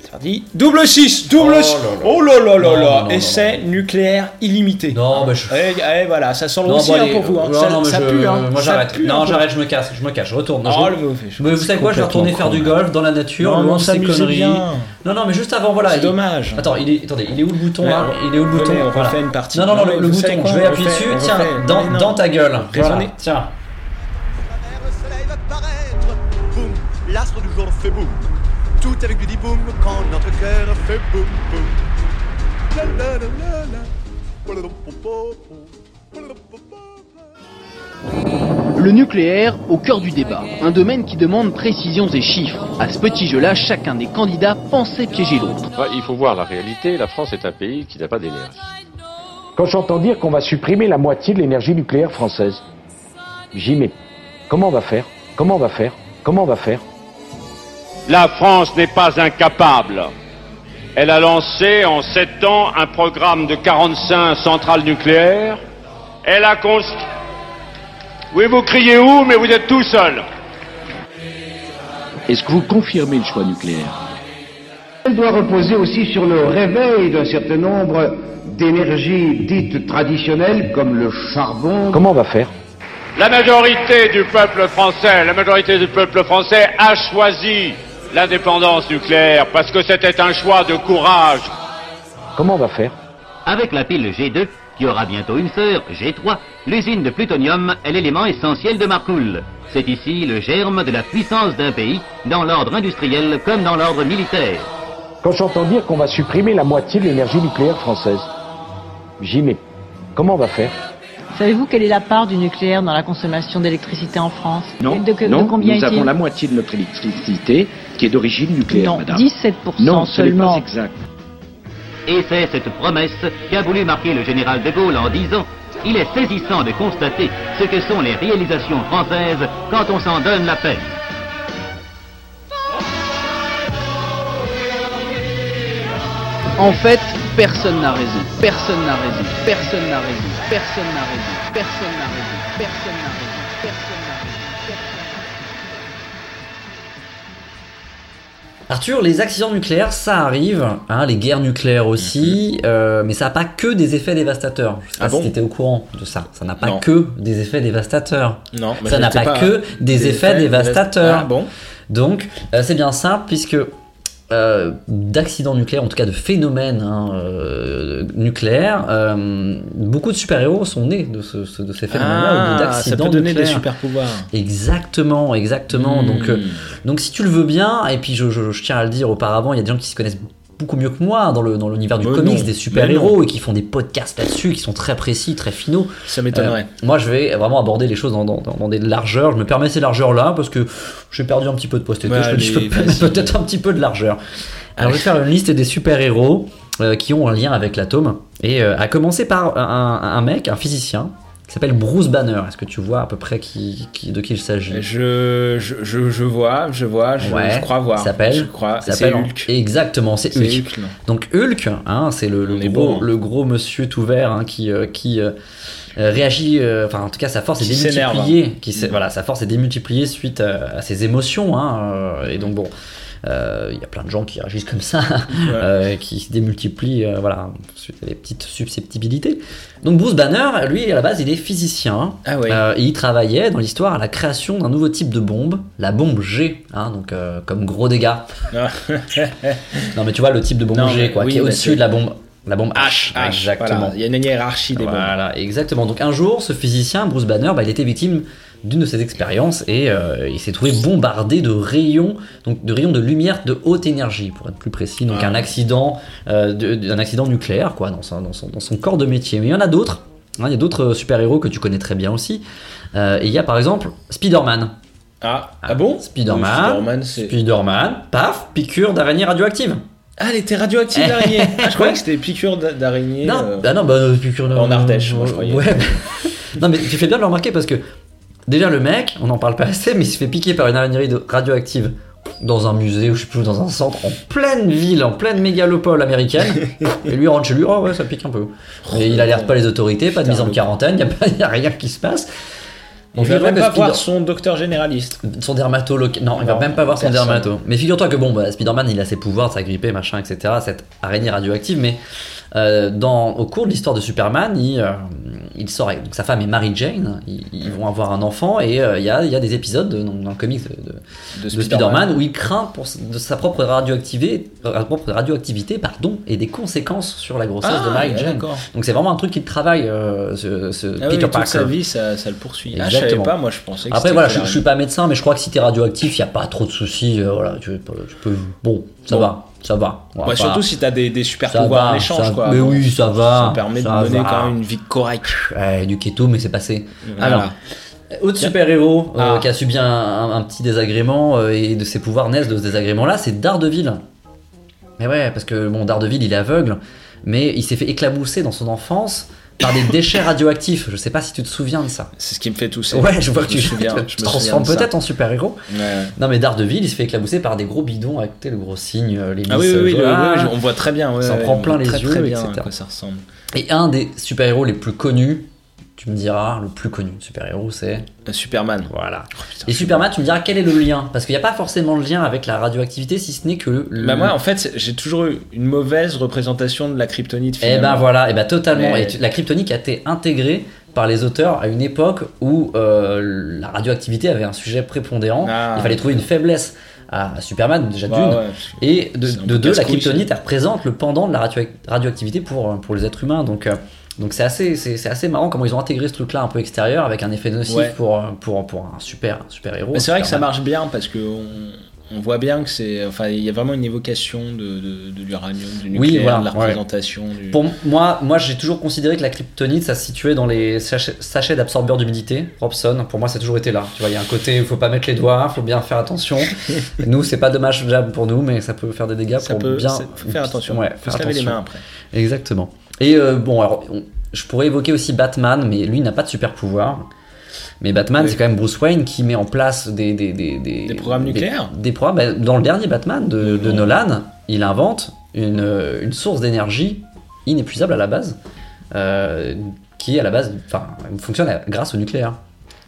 C'est parti. Double 6, double
Oh
6.
là là.
Oh là là
Non,
là
non, non,
là. Essai nucléaire illimité.
Non, bah, je-
Eh, eh, voilà, ça sent le
Non,
roussi
bon,
hein,
allez,
pour vous. hein.
non,
ça,
non, mais
ça
je-
pue, hein.
Moi
Ça
j'arrête.
pue un
Non,
peu.
j'arrête, je me casse, je me casse, je retourne.
Oh,
Je-
le mauvais joueur.
Mais vous savez quoi, je vais retourner faire du golf dans la nature,
Non,
loin
on
de ces
s'amusait
conneries.
bien.
Non, non, mais juste avant, voilà.
C'est
il-
dommage.
Attends, il est... Attendez, il est où le bouton
Ouais,
là Il est où le bouton
Venez, on
Voilà.
refait une partie.
Non, non, non, le,
mais
le
vous
bouton,
savez quoi,
je vais
on
appuyer
refait,
dessus,
on
tiens,
refait.
dans,
Mais non.
dans ta gueule. Voilà,
Raisonnez.
tiens.
travers, le soleil va paraître. Boum, l'astre du jour fait boum. Tout avec du dit boum quand notre cœur fait boum boum. La la la la la. Polarum, pom, pom, pom. Polarum, pom, pom, pom.
Le nucléaire au cœur du débat, un domaine qui demande précisions et chiffres. À ce petit jeu-là, chacun des candidats pensait piéger l'autre.
Enfin, il faut voir la réalité. La France est un pays qui n'a pas d'énergie.
Quand j'entends dire qu'on va supprimer la moitié de l'énergie nucléaire française, j'y mets. Comment on va faire Comment on va faire Comment on va faire
La France n'est pas incapable. Elle a lancé en sept ans un programme de 45 centrales nucléaires. Elle a construit. Oui, vous criez où, mais vous êtes tout seul.
Est-ce que vous confirmez le choix nucléaire
Elle doit reposer aussi sur le réveil d'un certain nombre d'énergies dites traditionnelles comme le charbon.
Comment on va faire
La majorité du peuple français, la majorité du peuple français a choisi l'indépendance nucléaire parce que c'était un choix de courage.
Comment on va faire
Avec la pile G2, qui aura bientôt une sœur, G3, l'usine de plutonium est l'élément essentiel de Marcoule. C'est ici le germe de la puissance d'un pays, dans l'ordre industriel comme dans l'ordre militaire.
Quand j'entends dire qu'on va supprimer la moitié de l'énergie nucléaire française, j'y mets. Comment on va faire
Savez-vous quelle est la part du nucléaire dans la consommation d'électricité en France
Non,
de, que-
non,
de combien
nous
est-il
avons la moitié de notre électricité qui est d'origine nucléaire,
Non,
madame.
17%
non, ce n'est
seulement.
pas exact.
Et c'est cette promesse qu'a voulu marquer le général de Gaulle en disant Il est saisissant de constater ce que sont les réalisations françaises quand on s'en donne la peine.
En fait, personne n'a raison. Personne n'a raison. Personne n'a raison. Personne n'a raison. Personne n'a raison. Personne n'a raison. Personne n'a raison.
Arthur, les accidents nucléaires, ça arrive, hein, les guerres nucléaires aussi, euh, mais ça n'a pas que des effets dévastateurs. Je sais pas
Mhm. Ah bon
si t'étais au courant de ça. Ça n'a pas
Non.
que des effets dévastateurs.
Non, mais
ça
je hein.
n'a
n'étais
pas, que des, effets, dévastateurs.
Ah bon
Donc, euh, c'est bien simple, puisque euh, d'accidents nucléaires, en tout cas de phénomènes hein, euh, nucléaires, euh, beaucoup de super-héros sont nés de, ce- ce- de ces phénomènes-là, ou
Ah, ça
d'accidents
peut donner des
nucléaires.
super pouvoirs.
Exactement, exactement. Donc, euh, donc si tu le veux bien, et puis je, je- je tiens à le dire auparavant, il y a des gens qui se connaissent beaucoup mieux que moi dans le dans l'univers du
Mais
comics,
non,
des
mais
super-héros,
non.
et qui font des podcasts là-dessus, qui sont très précis, très finaux.
Ça m'étonnerait.
Euh, moi, je vais vraiment aborder les choses dans, dans- dans- dans des largeurs. Je me permets ces largeurs-là parce que j'ai perdu un petit peu de postérité.
Bah,
je me dis, je peux
allez,
me permettre
vas-y.
peut-être un petit peu de largeur. Alors, je vais faire une liste des super-héros euh, qui ont un lien avec l'atome. Et euh, à commencer par un, un mec, un physicien, qui s'appelle Bruce Banner. Est-ce que tu vois à peu près qui, qui- de qui il s'agit
Je, je, je, je vois, je vois, je,
Ouais,
je crois voir.
il s'appelle-
Je crois.
Ça
C'est
s'appelle-
Hulk.
Exactement, c'est
C'est
Hulk.
Hulk, non
Donc Hulk, hein, c'est le, le
On est
gros,
bon, hein.
le gros monsieur tout vert hein, qui, euh, qui euh, euh, réagit, euh, enfin en tout cas sa force est
Qui s'énerve. hein. Mm.
démultipliée. Qui s'est- voilà, sa force est démultipliée suite euh, à, à ses émotions. hein, euh, et donc bon, euh, il y a plein de gens qui réagissent comme ça, euh, qui se démultiplient, euh, voilà, suite à des petites susceptibilités. Donc Bruce Banner, lui à la base, il est physicien.
Ah ouais.
Euh, et il travaillait dans l'histoire à la création d'un nouveau type de bombe, la bombe G, hein, donc euh, comme gros dégâts. Non, mais tu vois le type de bombe
Non,
G,
mais
quoi,
oui,
qui est
mais
au-dessus
c'est-
de la bombe, la bombe H.
H,
exactement.
voilà. Il y a une hiérarchie des bombes.
Voilà, exactement. Donc un jour, ce physicien, Bruce Banner, bah, il était victime d'une de ses expériences et euh, il s'est trouvé bombardé de rayons, donc de rayons de lumière de haute énergie, pour être plus précis. Donc
Ah.
un accident, euh, de- d'un accident nucléaire, quoi, dans son, dans son- dans son corps de métier. Mais il y en a d'autres. hein, il y a d'autres super héros que tu connais très bien aussi. Euh, et il y a par exemple Spider-Man.
Ah, ah bon
Spider-Man.
Spider-Man, c'est.
Spider-Man, paf, piqûre d'araignée radioactive.
Ah, elle était radioactive l'araignée. Ah, je croyais que c'était piqûre d'a- d'araignée.
Non,
euh,
bah non, bah, depuis qu'on a-
en Ardèche, moi, je croyais.
Ouais. non, mais tu fais bien de le remarquer parce que déjà le mec, on n'en parle pas assez, mais il se fait piquer par une araignée de- radioactive dans un musée ou je sais plus, dans un centre en pleine ville, en pleine mégalopole américaine. et lui rentre chez lui, oh ouais, ça pique un peu. Et il alerte pas les autorités, pas de
Putain,
mise en
le-
quarantaine, il n'y a, rien qui se passe.
Il va
figure-toi
même
que
pas
Spider-
voir son docteur généraliste.
son dermatologue. Non, il va
Non,
même pas voir son
personne.
dermato. Mais figure-toi que bon, bah, Spider-Man, il a ses pouvoirs, sa grippe, machin, etc. Cette araignée radioactive, mais euh, dans, au cours de l'histoire de Superman, il, euh, il sort. avec- Donc sa femme est Mary Jane. Ils, ils vont avoir un enfant et euh, il y, a, il y a des épisodes de- dans, dans le comics de, de-
De
de Spider-Man où il craint pour s- de sa propre radioactivité, sa propre radioactivité, pardon, et des conséquences sur la grossesse de Mary
ah,
Jane.
d'accord.
Donc c'est vraiment un truc qu'il travaille, euh, ce, ce
Ah oui,
Peter
toute
Parker.
sa vie, ça, ça le poursuit. Ah, je savais
Exactement.
pas, moi, je pensais que
Après,
c'était
voilà,
que
je, je suis pas médecin, mais je crois que si t'es radioactif, il n'y a pas trop de soucis. euh, voilà, tu, tu peux. Bon, ça
Bon.
va, ça va. On va
Ouais,
pas-
Bah, surtout si t'as des, des super
ça
pouvoirs en
va,
échange,
ça-
quoi.
Mais oui, ça va.
Ça permet
ça
de mener
va.
quand même une vie correcte.
Ouais, du keto, mais c'est passé.
Voilà. Ah.
Alors, Autre super-héros euh, qui a subi un, un- un petit désagrément euh, et de ses pouvoirs naissent de ce désagrément-là, c'est Daredevil. Mais ouais, parce que bon, Daredevil, il est aveugle, mais il s'est fait éclabousser dans son enfance par des déchets radioactifs. Je sais pas si tu te souviens de ça.
C'est ce qui me fait tousser.
Ouais, je vois que tu,
me souviens, je
tu te
me souviens
transformes
de ça.
peut-être en super-héros.
Ouais, ouais.
Non, mais Daredevil, il se fait éclabousser par des gros bidons avec tu sais, le gros signe, euh, l'hélice,
Ah oui, oui, oui,
euh,
le-
voilà.
oui, oui, on voit très bien. ouais,
Ça en
ouais,
prend
on
plein
voit
les
très,
yeux,
très bien
etc.
à quoi ça ressemble.
Et un des super-héros les plus connus, tu me diras, le plus connu super-héros, c'est
Euh, Superman.
Voilà. Et Superman, tu me diras quel est le lien Parce qu'il n'y a pas forcément le lien avec la radioactivité, si ce n'est que. Le...
Bah moi, en fait, c'est- j'ai toujours eu une mauvaise représentation de la kryptonite.
Eh ben
finalement.
voilà, eh ben totalement.
Mais-
Et tu- la kryptonique a été intégrée par les auteurs à une époque où euh, la radioactivité avait un sujet prépondérant.
Ah.
Il fallait trouver une faiblesse à à Superman déjà
Bah
d'une Oh,
ouais.
et de,
C'est un
de
peu
deux la
casse-couille,
kryptonite
ça.
elle représente le pendant de la radio- radioactivité pour euh, pour les êtres humains donc euh, donc c'est assez c'est c'est assez marrant comment ils ont intégré ce truc là un peu extérieur avec un effet nocif
Ouais.
pour euh, pour pour un super super héros
Mais c'est vrai que ça marche bien parce que on, on voit bien que c'est. Enfin, il y a vraiment une évocation de, de, de l'uranium, du nucléaire,
Oui, voilà,
de la
ouais.
représentation. Du...
Pour moi, moi j'ai toujours considéré que la kryptonite, ça se situait dans les sachets, sachets d'absorbeurs d'humidité. Robson, pour moi, ça a toujours été là. Tu vois, il y a un côté, il faut pas mettre les doigts, faut bien faire attention. nous, c'est pas dommageable pour nous, mais ça peut faire des dégâts
Ça
pour
peut-
bien.
c'est- faut faire attention.
Ouais,
Faut
faire
se laver les
attention.
mains après.
Exactement. Et euh, bon, alors, on- je pourrais évoquer aussi Batman, mais lui il n'a pas de super pouvoir. Mais Batman,
Oui.
c'est quand même Bruce Wayne qui met en place des des, des, des,
programmes nucléaires Mmh.
Des, des programmes. Bah, Dans le dernier Batman de, de Nolan, il invente une, euh, une source d'énergie inépuisable à la base, euh, qui à la base, enfin, fonctionne à- grâce au nucléaire.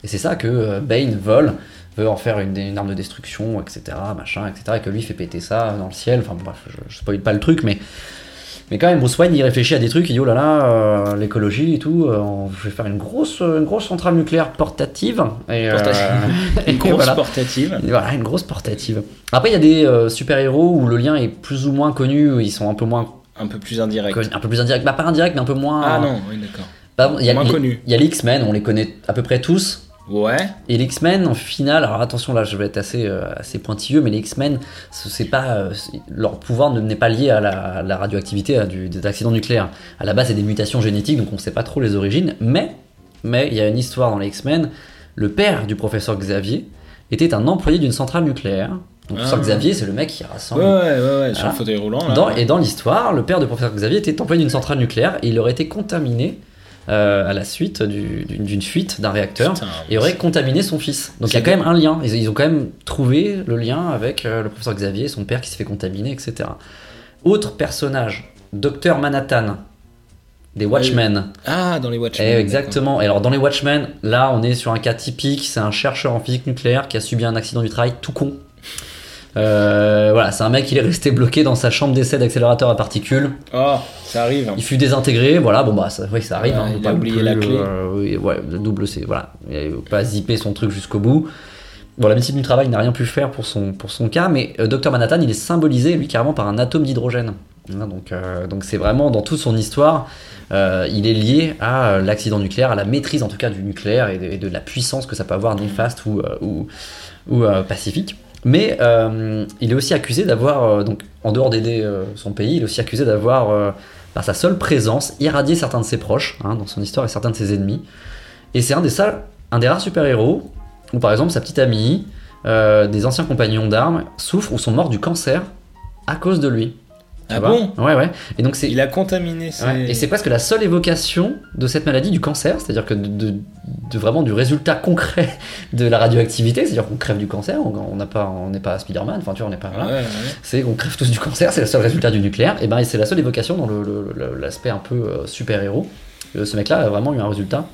Et c'est ça que euh, Bane vole, veut en faire une, une arme de destruction, etc., machin, etc., et que lui fait péter ça dans le ciel. Enfin, bref, je, je spoil pas le truc, mais mais quand même, Bruce Wayne, il réfléchit à des trucs, il dit oh là là, euh, l'écologie et tout, euh, on- je vais faire une grosse, une grosse centrale nucléaire portative. Et, euh, et
une grosse
voilà.
portative.
Et Voilà, une grosse portative. Après, il y a des euh, super-héros où le lien est plus ou moins connu, où ils sont un peu moins.
Un peu plus indirect.
Un peu plus indirect. Bah, pas indirect, mais un peu moins.
Ah non, oui, d'accord.
Bah, il y a,
Moins
il y a-
connu.
Il y a les X-Men, on les connaît à peu près tous.
Ouais.
Et les X-Men, en finale, alors attention là, je vais être assez, euh, assez pointilleux, mais les X-Men, ce- c'est pas, euh, c'est- leur pouvoir ne- n'est pas lié à la, à la radioactivité, à du, des accidents nucléaires. À la base, c'est des mutations génétiques, donc on sait pas trop les origines, mais mais il y a une histoire dans les X-Men. Le père du professeur Xavier était un employé d'une centrale nucléaire. Donc, le professeur
Ah.
Xavier, c'est le mec qui rassemble.
Ouais, ouais, ouais, ouais, sur le fauteuil roulant, là,
Dans-
ouais.
Et dans l'histoire, le père du professeur Xavier était employé d'une centrale nucléaire et il aurait été contaminé euh, à la suite du- d'une d'une fuite d'un réacteur
Putain,
et aurait contaminé son fils. Donc il y a
C'est
quand même
bien.
un lien. Ils, ils ont quand même trouvé le lien avec euh, le professeur Xavier et son père qui s'est fait contaminer, etc. Autre personnage, Docteur Manhattan, des Watchmen.
Ah, dans les Watchmen.
Eh, exactement. Et alors dans les Watchmen, là on est sur un cas typique, c'est un chercheur en physique nucléaire qui a subi un accident du travail tout con. Euh, voilà, c'est un mec qui est resté bloqué dans sa chambre d'essai d'accélérateur à particules.
Oh, ça arrive.
Il fut désintégré, voilà, bon bah ça, oui, ça arrive.
Ouais,
hein, faut
il
pas
a
non
oublié la clé.
euh, oui, ouais, le double c'est voilà, il a pas zippé son truc jusqu'au bout. Bon, la médecine du travail n'a rien pu faire pour son, pour son cas, mais euh, Docteur Manhattan, il est symbolisé, lui, carrément par un atome d'hydrogène. Hein, Donc, euh, donc c'est vraiment, dans toute son histoire, euh, il est lié à euh, l'accident nucléaire, à la maîtrise, en tout cas, du nucléaire et de, et de la puissance que ça peut avoir néfaste ou, euh, ou, ou euh, pacifique. Mais euh, il est aussi accusé d'avoir, euh, donc en dehors d'aider euh, son pays, il est aussi accusé d'avoir, euh, par sa seule présence, irradié certains de ses proches hein, dans son histoire et certains de ses ennemis. Et c'est un des seuls- un des rares super-héros où, par exemple, sa petite amie, euh, des anciens compagnons d'armes souffrent ou sont morts du cancer à cause de lui. Tu
Ah
vois
bon
Ouais, ouais. Et donc c'est.
Il a contaminé ses-
Ouais, Et c'est presque la seule évocation de cette maladie du cancer, c'est-à-dire que de, de- de vraiment du résultat concret de la radioactivité, c'est-à-dire qu'on crève du cancer, on on n'a pas, on n'est pas Spider-Man, enfin tu vois, on n'est pas voilà.
Ouais, ouais.
C'est qu'on crève tous du cancer, c'est le seul résultat du nucléaire, et ben c'est la seule évocation dans le- le- le- l'aspect un peu euh, super-héros. Euh, ce mec-là a vraiment eu un résultat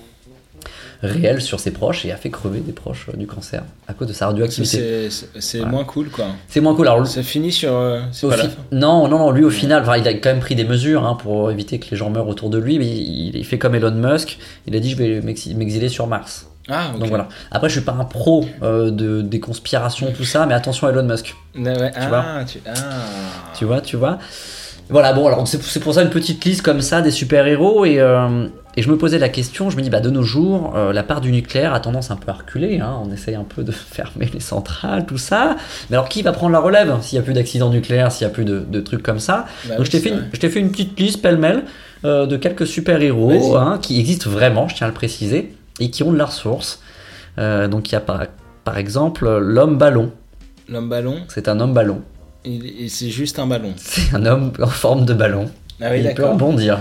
réel sur ses proches et a fait crever des proches euh, du cancer à cause de sa
C'est- C'est
radioactivité.
c'est- c'est moins cool, quoi.
C'est moins cool. Alors,
ça finit sur. euh, c'est
Au
pas
fi-
la fin.
Non, non, non, lui au final, enfin, il a quand même pris des mesures hein, pour éviter que les gens meurent autour de lui, mais il, il fait comme Elon Musk, il a dit je vais m'exi- m'exiler sur Mars.
Ah, ok.
Donc voilà. Après, je suis pas un pro euh, de, des conspirations, tout ça, mais attention à Elon Musk.
Ouais, ouais,
Tu
ah,
vois.
tu. Ah.
Tu vois, tu vois. Voilà, bon, alors c'est pour- c'est pour ça une petite liste comme ça des super-héros. Et, euh, et je me posais la question, je me dis, bah de nos jours, euh, la part du nucléaire a tendance un peu à reculer. hein, on essaye un peu de fermer les centrales, tout ça. Mais alors qui va prendre la relève s'il n'y a plus d'accidents nucléaires, s'il n'y a plus de, de trucs comme ça
Bah
Donc
oui,
je t'ai
c'est
fait, une-
vrai.
je t'ai fait une petite liste pêle-mêle euh, de quelques super-héros
Vas-y.
hein, qui existent vraiment, je tiens à le préciser, et qui ont de la ressource. Euh, donc il y a par, par exemple l'homme ballon.
L'homme ballon,
C'est un homme ballon.
il- il- c'est juste un ballon.
C'est un homme en forme de ballon.
Ah oui,
il peut
d'accord.
rebondir.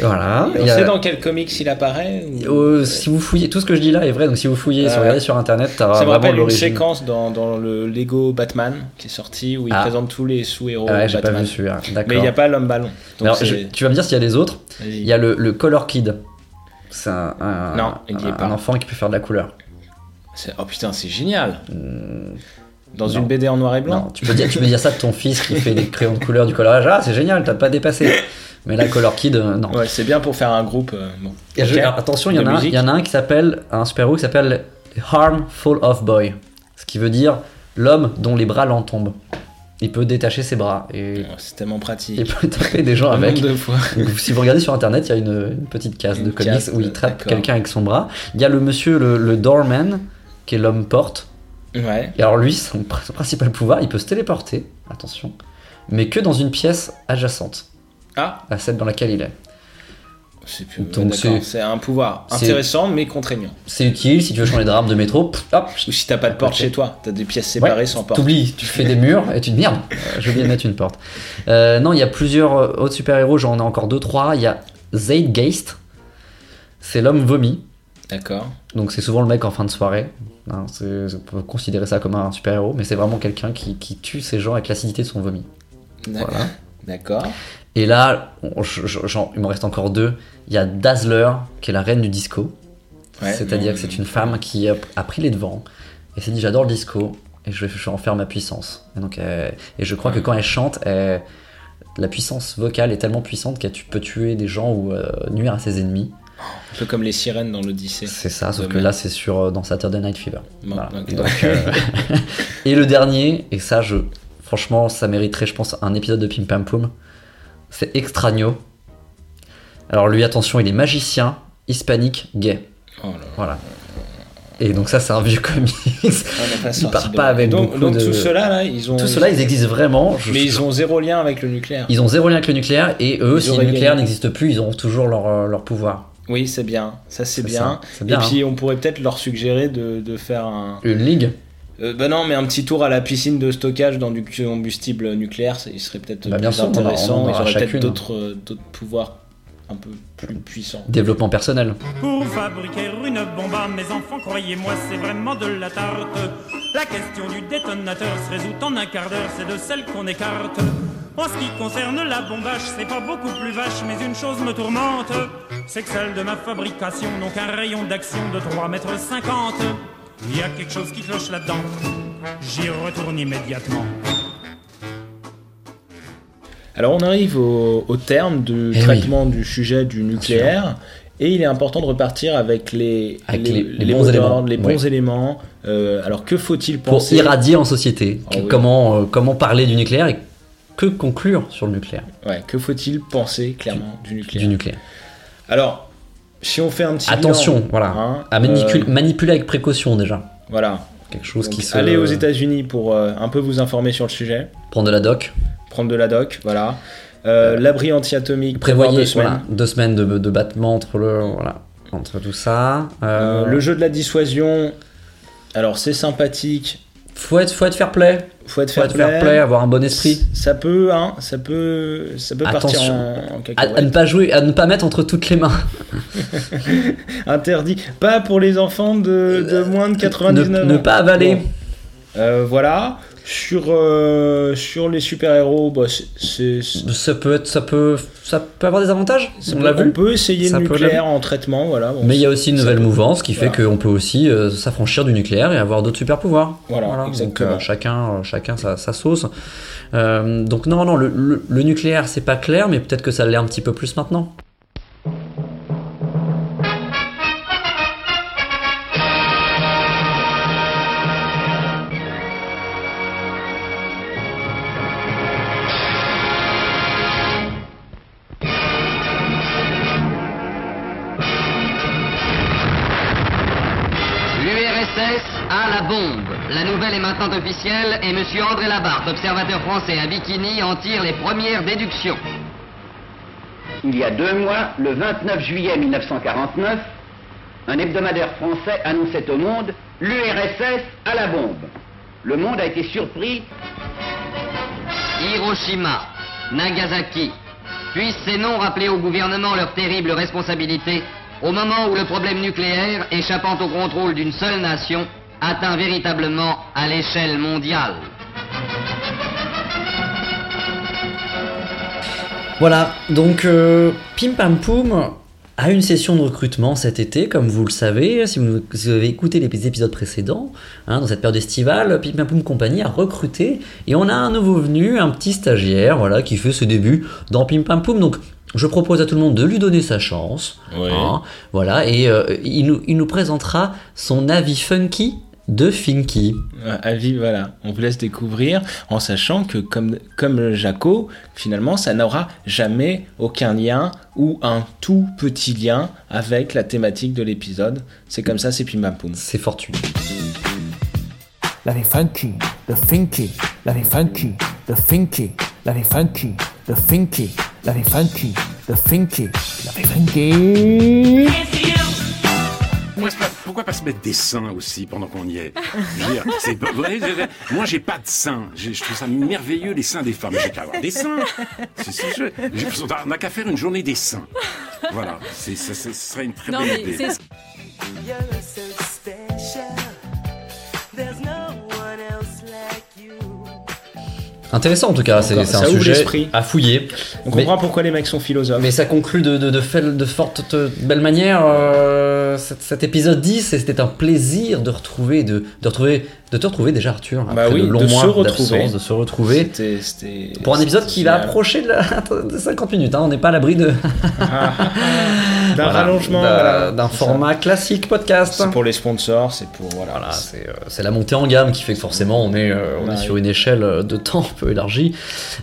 voilà.
Et
Il
on
y a-
sait dans quel comics il apparaît ou-
Euh, si vous fouillez, tout ce que je dis là est vrai, donc si vous fouillez,
Ah
si vous
ouais.
regardez sur internet, t'as
Ça me
Ah, vraiment
rappelle une
l'origine.
séquence dans, dans le Lego Batman qui est sorti où il
Ah.
présente tous les sous-héros
Ah ouais, j'ai pas
Batman.
vu celui-là. D'accord.
Mais il n'y a pas l'homme ballon. Donc
Alors,
c'est-
je- tu vas me dire s'il y a les autres.
Vas-y.
Il y a le, le Color Kid. C'est un, un-
Non, il y est
un-
pas.
un enfant qui peut faire de la couleur.
c'est- Oh putain, c'est génial. Dans
Hmm, non.
une BD en noir et blanc.
Non, tu peux dire, tu peux dire ça de ton fils qui fait des crayons de couleur du colorage. Ah, c'est génial, t'as pas dépassé. Mais là, Color Kid, euh, non.
Ouais, c'est bien pour faire un groupe. euh, bon.
Et je-
Ok.
alors, attention, il y, en
De
a un- il
musique.
y en a un qui s'appelle, un super-héros qui s'appelle Harmful of Boy. Ce qui veut dire l'homme dont les bras l'en tombent. Il peut détacher ses bras. Et
C'est tellement pratique.
il peut taper des gens
Un
avec.
nombre de fois.
Donc, si vous regardez sur internet, il y a une, une petite case de comics
case,
où il
euh,
trappe
d'accord.
quelqu'un avec son bras. Il y a le monsieur, le, le doorman, qui est l'homme porte.
Ouais.
Et alors lui, son, pr- son principal pouvoir, il peut se téléporter, attention, mais que dans une pièce adjacente
Ah,
à celle dans laquelle il est.
c'est plus.
Donc,
d'accord,
c'est-
c'est un pouvoir
c'est-
intéressant mais contraignant.
C'est utile si tu veux changer de rame de métro. pff, hop,
Ou si t'as pas de porte
Ok.
chez toi, t'as des pièces séparées
Ouais,
sans porte.
T'oublies, tu fais des murs et tu te dis merde, euh, j'ai oublié de mettre une porte. Euh, non, il y a plusieurs euh, autres super-héros, j'en ai encore deux, trois. Il y a Zeitgeist, c'est l'homme vomi.
D'accord.
Donc c'est souvent le mec en fin de soirée. Hein, c'est- on peut considérer ça comme un super-héros, mais c'est vraiment quelqu'un qui, qui tue ces gens avec l'acidité de son vomi.
D'accord.
Voilà.
D'accord.
Et là, on- je- je- j'en- il me reste encore deux. Il y a Dazzler, qui est la reine du disco.
Ouais,
C'est-à-dire
non,
que c'est une femme qui a, a pris les devants et s'est dit j'adore le disco et je vais je vais en faire ma puissance. Et, donc, euh, et je crois que quand elle chante, elle- la puissance vocale est tellement puissante qu'elle tu- peut tuer des gens ou euh, nuire à ses ennemis.
Un peu comme les sirènes dans l'Odyssée.
C'est ça, sauf
De
que
même.
là c'est sur euh, dans Saturday Night Fever.
Bon,
Voilà.
ok.
Donc, euh, et le dernier, et ça je franchement ça mériterait je pense un épisode de Pim Pam Poum, c'est Extraño. Alors lui attention, il est magicien, hispanique, gay.
Oh là là.
Voilà. Et donc ça c'est un vieux comics.
On a pas
il
sorti
part
de-
pas avec
donc,
beaucoup
donc
de
tout cela là, ils ont.
Tout cela, ils existent vraiment. Je-
Mais
je-
ils ont zéro lien avec le nucléaire.
ils ont zéro lien avec le nucléaire et eux
Ils
si le
auraient
nucléaire
gagné.
n'existe plus, ils auront toujours leur, euh, leur pouvoir.
Oui, c'est bien. Ça, c'est bien.
ça. C'est bien, hein.
Et puis, on pourrait peut-être leur suggérer de, de faire un.
Une ligue
Euh, ben non, mais un petit tour à la piscine de stockage dans du combustible nucléaire, ça- il serait peut-être
Bah, bien
plus
sûr, on en a- on en
intéressant.
aura
Ils auraient
chacune. hein.
peut-être d'autres euh, d'autres pouvoirs un peu plus puissants.
Développement personnel.
Pour fabriquer une bombe à mes enfants, croyez-moi, c'est vraiment de la tarte. La question du détonateur se résout en un quart d'heure, c'est de celle qu'on écarte. En ce qui concerne la bombage, c'est pas beaucoup plus vache, mais une chose me tourmente, c'est que celle de ma fabrication n'a qu'un rayon d'action de 3 mètres 50. Il y a quelque chose qui cloche là-dedans. J'y retourne immédiatement.
Alors on arrive au, au terme du
Eh
traitement du sujet du nucléaire. Et il est important de repartir avec les,
Avec les- les bons
mots
éléments.
d'ordre, les bons
Oui.
éléments. Euh, alors que faut-il
Pour
penser
irradier en société.
Ah oui.
comment, euh, comment parler du nucléaire et que conclure sur le nucléaire
Ouais, que faut-il penser clairement du, nucléaire
du nucléaire.
Alors, si on fait un petit
Attention,
bilan,
voilà.
hein,
à manipu-
euh,
manipuler avec précaution déjà.
voilà,
Quelque chose
Donc,
qui se.
allez aux États-Unis pour euh, un peu vous informer sur le sujet,
Prendre de la doc.
prendre de la doc, voilà. Euh, L'abri anti-atomique, prévoir
Prévoyez
deux
voilà, deux semaines,
semaines.
de, de battement entre le. Voilà. Entre tout ça. Euh,
Euh, le jeu de la dissuasion, alors c'est sympathique,
Faut être, faut être fair play.
faut être
Faut
fair
être fair
play.
play, avoir un bon esprit.
Ça peut, hein, ça peut, ça peut partir
Attention.
en, en
À, à
cacahuète.
ne pas jouer, à ne pas mettre entre toutes les mains.
Interdit, pas pour les enfants de, de moins de 99
Euh, ne- ne
ans.
pas avaler.
Bon. Euh, voilà. Sur, euh, sur les super-héros, bah, c'est- c'est. c'est-
Ça peut être, ça peut, ça peut avoir des avantages.
ça
on
peut-
l'a vu.
on peut essayer
Ça
le
peut
nucléaire en traitement, voilà. bon,
Mais il y a
c'est-
aussi une
ça
nouvelle
peut-
mouvance qui fait
voilà.
qu'on peut aussi euh, s'affranchir du nucléaire et avoir d'autres super pouvoirs.
Voilà,
donc,
exactement.
euh, chacun, euh, chacun sa, sa sauce. Euh, donc non, non, le, le- le nucléaire c'est pas clair, mais peut-être que ça l'est un petit peu plus maintenant.
L'URSS a la bombe. La nouvelle est maintenant officielle et M. André Labarthe, observateur français à Bikini, en tire les premières déductions.
Il y a deux mois, le 29 juillet 1949, un hebdomadaire français annonçait au monde l'URSS à la bombe. Le monde a été surpris
Hiroshima, Nagasaki. Puissent ces noms rappeler au gouvernement leurs terribles responsabilités au moment où le problème nucléaire, échappant au contrôle d'une seule nation, atteint véritablement à l'échelle mondiale.
Voilà, donc euh, Pim Pam Poum a une session de recrutement cet été, comme vous le savez, si vous, si vous avez écouté les épisodes précédents, hein, dans cette période estivale, Pim Pam Poum Company a recruté, et on a un nouveau venu, un petit stagiaire, voilà, qui fait ses débuts dans Pim Pam Poum, donc je propose à tout le monde de lui donner sa chance,
Ouais.
hein, voilà, et euh, il, nous, il nous présentera son avis funky de Finky.
Ouais, Avis, Euh, voilà, on vous laisse découvrir en sachant que comme, comme le Jaco, finalement, ça n'aura jamais aucun lien ou un tout petit lien avec la thématique de l'épisode. C'est comme ça, c'est Pim Pam Poum.
C'est fortuné.
L'avis funky, the finky, l'avis funky, the finky, l'avis funky, the finky, l'avis funky, the finky, l'avis funky.
Pourquoi, pas, pourquoi pas se mettre des seins aussi pendant qu'on y est Je veux dire, c'est pas- vous voyez, je- Moi, j'ai pas de seins. Je, je trouve ça merveilleux, les seins des femmes. J'ai qu'à avoir des seins. C'est- c'est- je- je- on n'a qu'à faire une journée des seins. Voilà, c'est- ça- ça- ce serait une très
Non,
bonne
mais
idée.
c'est-
You're so special. There's no one else like you.
Intéressant en tout cas, c'est
Encore,
c'est un
ça ouvre
sujet
l'esprit.
à fouiller.
On comprend pourquoi les mecs sont philosophes.
Mais ça conclut de, de, de, fel- de forte de belle manière euh, cet, cet épisode 10 et c'était un plaisir de retrouver de, de retrouver de te retrouver déjà Arthur après
Bah oui,
de longs
de
mois
se retrouver.
d'absence, de se retrouver
C'était- c'était-
pour un épisode
c'était
qui va
génial.
approcher de, la- de 50 minutes hein, on n'est pas à l'abri de
D'un
Voilà,
rallongement,
d'un
voilà.
d'un format classique podcast
C'est pour les sponsors, c'est pour. Voilà,
c'est euh, c'est la montée en gamme qui fait que forcément on est, euh, on
Bah
est
oui.
sur une échelle euh, de temps un peu élargie.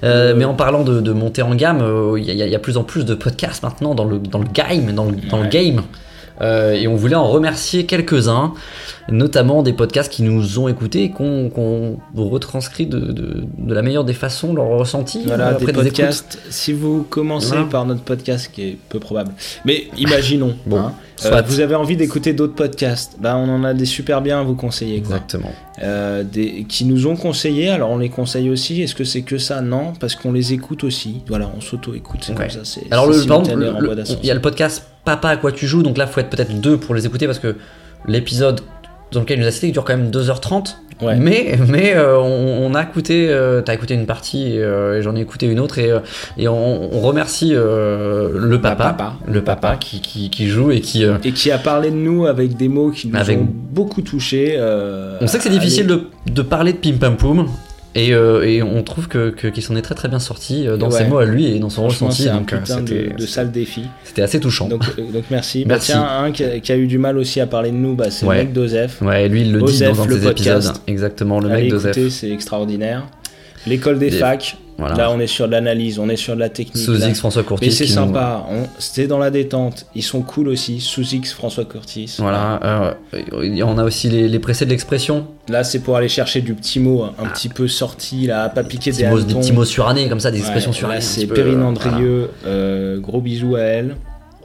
Euh, mais en parlant de, de montée en gamme, euh, il y, a- il y a- il y a plus en plus de podcasts maintenant dans le, dans le game. Dans le, dans le
Ouais.
game. Euh, et on voulait en remercier quelques-uns, notamment des podcasts qui nous ont écoutés et qu'on qu'on retranscrit de, de- de la meilleure des façons leur ressenti euh,
Voilà,
après
des
des écoutes.
podcasts. si vous commencez
Voilà.
par notre podcast, qui est peu probable, mais imaginons,
Bon,
hein,
soit.
euh, vous avez envie d'écouter d'autres podcasts, bah, on en a des super bien à vous conseiller. quoi.
Exactement.
Euh, des, qui nous ont conseillé, alors on les conseille aussi. Est-ce que c'est que ça Non, parce qu'on les écoute aussi. Voilà, on s'auto-écoute, c'est
Ouais.
comme ça. c'est-
Alors,
c'est
le, par exemple,
simultané
le-
en
le-
mode ascension.
il y a le podcast Papa à quoi tu joues, donc là, faut être peut-être deux pour les écouter parce que l'épisode dans lequel il nous a cité dure quand même 2h30.
Ouais.
Mais, mais euh, on, on a écouté, euh, t'as écouté une partie euh, et j'en ai écouté une autre et, euh, et on, on remercie euh, le
Bah,
papa, le papa, qui, qui- qui joue et qui. euh,
Et qui a parlé de nous avec des mots qui nous
Avec-
ont beaucoup touchés. euh,
on sait que c'est
allez.
difficile de, de parler de Pim Pam Poum et, euh, et on trouve que que- qu'il s'en est très très bien sorti euh, dans
Ouais.
ses mots à lui et dans son
Franchement,
ressenti.
C'est un
donc, euh,
putain de,
c'était-
de sale défi.
C'était assez touchant.
Donc, euh, donc merci. Bah,
Merci.
tiens, un qui a, qui a eu du mal aussi à parler de nous, bah, c'est
Ouais.
le mec d'Ozef.
Ouais, lui il le dit
Osef,
dans un
le
des épisodes.
podcast.
Exactement, le mec
Allez
d'Osef.
écouter, c'est extraordinaire. L'école des
Des-
facs.
voilà.
Là, on est sur de l'analyse, on est sur de la technique.
Sous
là.
X, François Courtis
Mais c'est
qui nous-
sympa. on- C'était dans la détente. Ils sont cool aussi. Sous X, François Curtis.
Voilà, euh, on a aussi les, les précédents de l'expression,
Là, c'est pour aller chercher du petit mot un petit peu sorti, là, à pas piquer
Petits
des
mots- Ah. des
hannetons.
petits mots surannés, comme ça, des
Ouais,
expressions
là,
surannées, un
C'est
petit peu,
Perrine
euh,
Andrieux, euh, gros bisous à elle.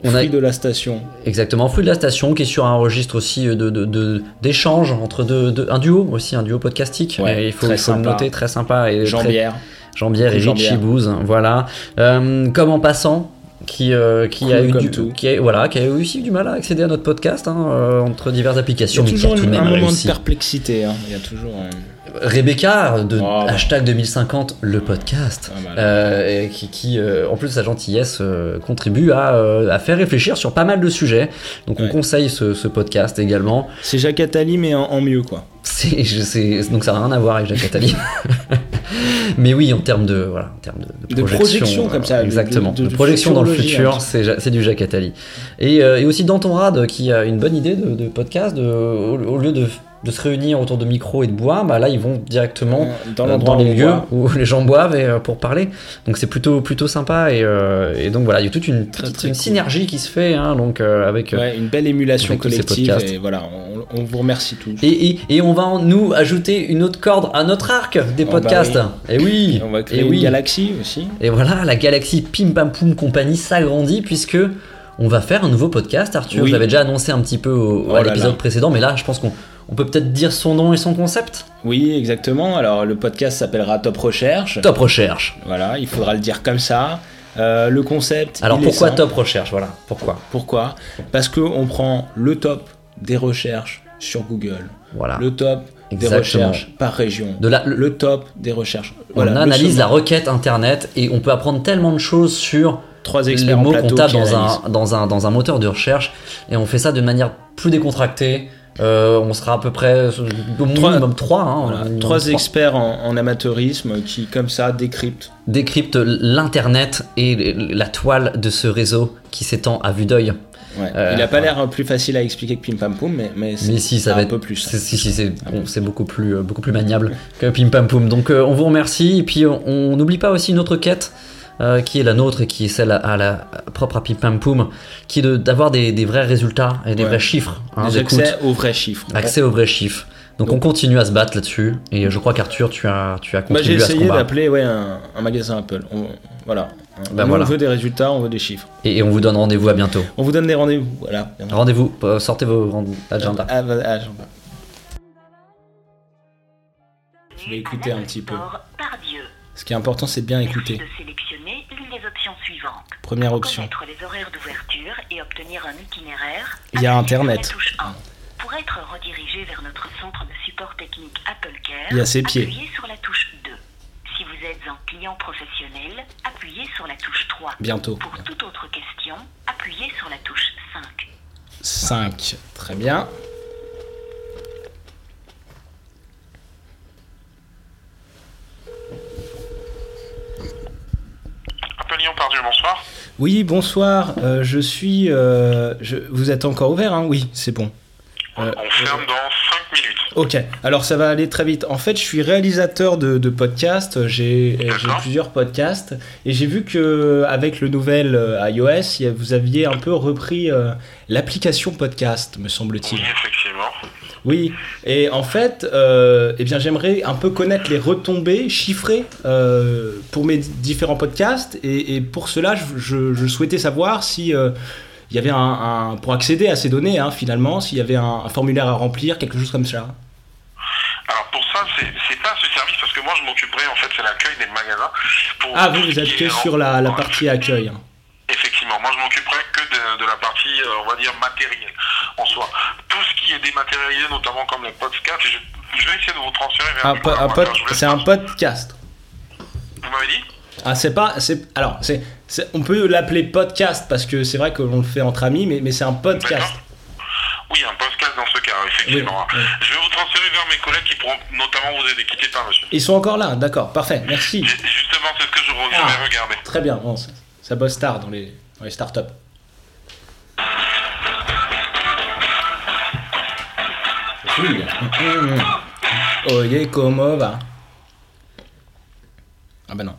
On a-
Fruit de la station.
exactement, Fruit de la Station, qui est sur un registre aussi euh, de- de- de- d'échanges entre deux, deux- un duo, aussi un duo podcastique,
Ouais,
Et il faut,
très
il faut le
sympa.
noter, très sympa. Et
Jean
très-
Bière.
Jean Bière et
Jean
Richie
Bière.
Bouze, voilà. Euh, comme en passant qui, euh, qui
Cool
a eu
comme
du,
tout.
qui a, voilà qui a eu aussi du mal à accéder à notre podcast hein, euh, entre
Il
diverses
y
applications
a
mais qui a
toujours
tout de
une-
même
un moment
réussi.
de perplexité. hein. Il y a toujours. un-
Rebecca de
bah.
hashtag 2050 le podcast euh, et qui, qui, euh, en plus de sa gentillesse euh, contribue à, euh, à faire réfléchir sur pas mal de sujets donc on conseille ce, ce podcast également
c'est Jacques Attali mais en, en mieux quoi
je sais, donc ça n'a rien à voir avec Jacques Attali mais oui en termes de voilà en termes de,
De projection, comme ça, de-
exactement
de-
de,
de- hein. de
projection dans le
futurologie, un
futur
petit
c'est Ja- c'est du Jacques Attali et, euh, et aussi Danton Rad qui a une bonne idée de, de podcast de, au, au lieu de de se réunir autour de micros et de boire, bah là ils vont directement
dans
euh,
l'endroit où
les
on
lieux
boit.
où les gens boivent et, euh, pour parler. Donc c'est plutôt plutôt sympa et, euh, et donc voilà il y a toute une, petite- une synergie qui se fait hein, donc euh, avec euh,
Ouais, une belle émulation
avec tous ces
collective
podcasts.
et voilà on, on vous remercie tous
Et, et- et on va en- nous ajouter une autre corde à notre arc des
Oh,
podcasts.
bah
Et oui.
on va créer
et
une
oui.
galaxie aussi
Et voilà, la galaxie Pim Pam Poum Company s'agrandit puisque on va faire un nouveau podcast, Arthur.
Oui.
Je l'avais déjà annoncé un petit peu au-
Oh
à
là
l'épisode
là.
précédent, mais là, je pense qu'on on peut peut-être dire son nom et son concept.
Oui, exactement. Alors, le podcast s'appellera Top Recherche.
Top Recherche.
Voilà, il faudra le dire comme ça. Euh, le concept.
Alors
il est
pourquoi
simple.
Top Recherche Voilà, pourquoi
Pourquoi Parce qu'on prend le top des recherches sur Google.
Voilà.
Le top des
Exactement.
recherches par région.
De la-
le... top des recherches.
on
Voilà, le
analyse la
sommet.
requête internet et on peut apprendre tellement de choses sur
Trois
les
experts en
mots
plateau
qu'on tape
qui
dans un,
analysent.
dans, un, dans un moteur de recherche et on fait ça de manière plus décontractée. Euh, on sera à peu près au minimum 3.
Voilà, Trois experts en, en amateurisme qui, comme ça, décryptent.
décrypte l'internet et la toile de ce réseau qui s'étend à vue d'œil.
Ouais.
Euh,
Il n'a pas l'air plus facile à expliquer que Pim Pam Poum, mais, mais c'est
Mais si, ça
un
va être
peu plus. Ah
c'est- Si, si, c'est bon, c'est beaucoup plus, euh, beaucoup plus maniable que Pim Pam Poum. Donc, euh, on vous remercie. Et puis, on on n'oublie pas aussi une autre quête euh, qui est la nôtre et qui est celle à, à la propre à Pim Pam Poum, qui est de- d'avoir des, des vrais résultats et des
Ouais.
vrais chiffres. hein,
Des
d'écoute.
accès aux vrais chiffres.
Accès aux vrais chiffres. Donc, on continue à se battre là-dessus. Et euh, je crois qu'Arthur, tu as, tu as
Bah, j'ai
contribué à ce
essayé
combat.
d'appeler ouais, un, un magasin Apple. On- voilà.
Bah,
Nous,
voilà.
On veut des résultats, on veut des chiffres.
Et, et on vous donne rendez-vous à bientôt.
On vous donne des rendez-vous. Voilà.
Rendez-vous, euh, sortez vos rend- agendas.
Ah, bah, ah, j'en parle. Je vais écouter un petit peu. Ce qui est important, c'est de bien écouter.
Sélectionnez l'une des options suivantes.
Première option.
Connaître les horaires d'ouverture et obtenir un itinéraire.
Il y a Internet.
Pour être redirigé vers notre centre de support technique Apple Care,
Il y a ses pieds.
appuyez sur la touche 2. Si vous êtes un client professionnel, appuyez sur la touche 3.
Bientôt.
Pour toute autre question, appuyez sur la touche 5.
5. Très bien. Oui, bonsoir. euh, je suis. euh, je- vous êtes encore ouvert, hein Oui, c'est bon. Euh, Ok, alors ça va aller très vite. En fait, je suis réalisateur de, de podcasts, j'ai euh, j'ai plusieurs podcasts, et j'ai vu que avec le nouvel euh, iOS, il y a- vous aviez un peu repris euh, l'application podcast, me semble-t-il. Oui,
effectivement.
Oui, et en fait, euh, eh bien, j'aimerais un peu connaître les retombées chiffrées euh, pour mes différents podcasts, et, et pour cela, je, je- je souhaitais savoir si... euh, il y avait un, un- pour accéder à ces données hein, finalement s'il y avait un, un formulaire à remplir quelque chose comme ça Ah, vous, vous appuyez sur la, la partie accueil. hein.
Effectivement, moi je m'occuperai que de, de la partie, euh, on va dire, matérielle en soi. Tout ce qui est dématérialisé, notamment comme le podcast, je, je vais essayer de vous transférer vers...
Un po- un pod- c'est un podcast.
Vous m'avez dit
Ah, c'est pas. c'est- alors, c'est, c'est- on peut l'appeler podcast parce que c'est vrai que l'on le fait entre amis, mais, mais c'est un podcast.
Oui, un podcast dans ce cas, Ah, effectivement. Je vais vous transférer vers mes collègues qui pourront notamment vous aider. Quittez pas, monsieur.
Ils sont encore là, d'accord, parfait, merci. Ah,
Justement, c'est ce que je, re- je vais regarder.
Très bien, bon, ça, ça bosse tard dans les, dans les startups. Oui. Mm. Oye, como va Ah bah non.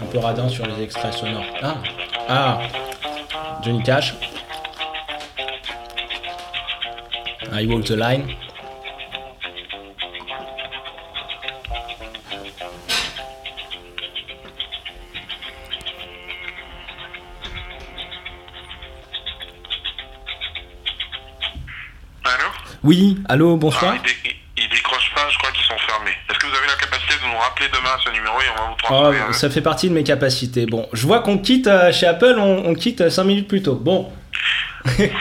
Un peu radin sur les extraits sonores. Ah Ah Johnny Cash. I walk the line. Oui, allô, bonsoir.
Ah, ils, dé- ils décrochent pas, je crois qu'ils sont fermés. Est-ce que vous avez la capacité de nous rappeler demain à ce numéro et on va vous
Oh,
transférer hein
ça fait partie de mes capacités. Bon, je vois qu'on quitte euh, chez Apple, on, on quitte 5 minutes plus tôt. Bon. Désolé,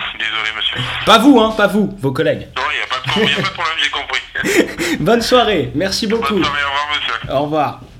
monsieur.
Pas vous, hein, pas vous, vos collègues.
Non, il n'y a pas de problème, j'ai compris.
Bonne soirée, merci beaucoup. Bonne soirée, au revoir, monsieur. Au revoir.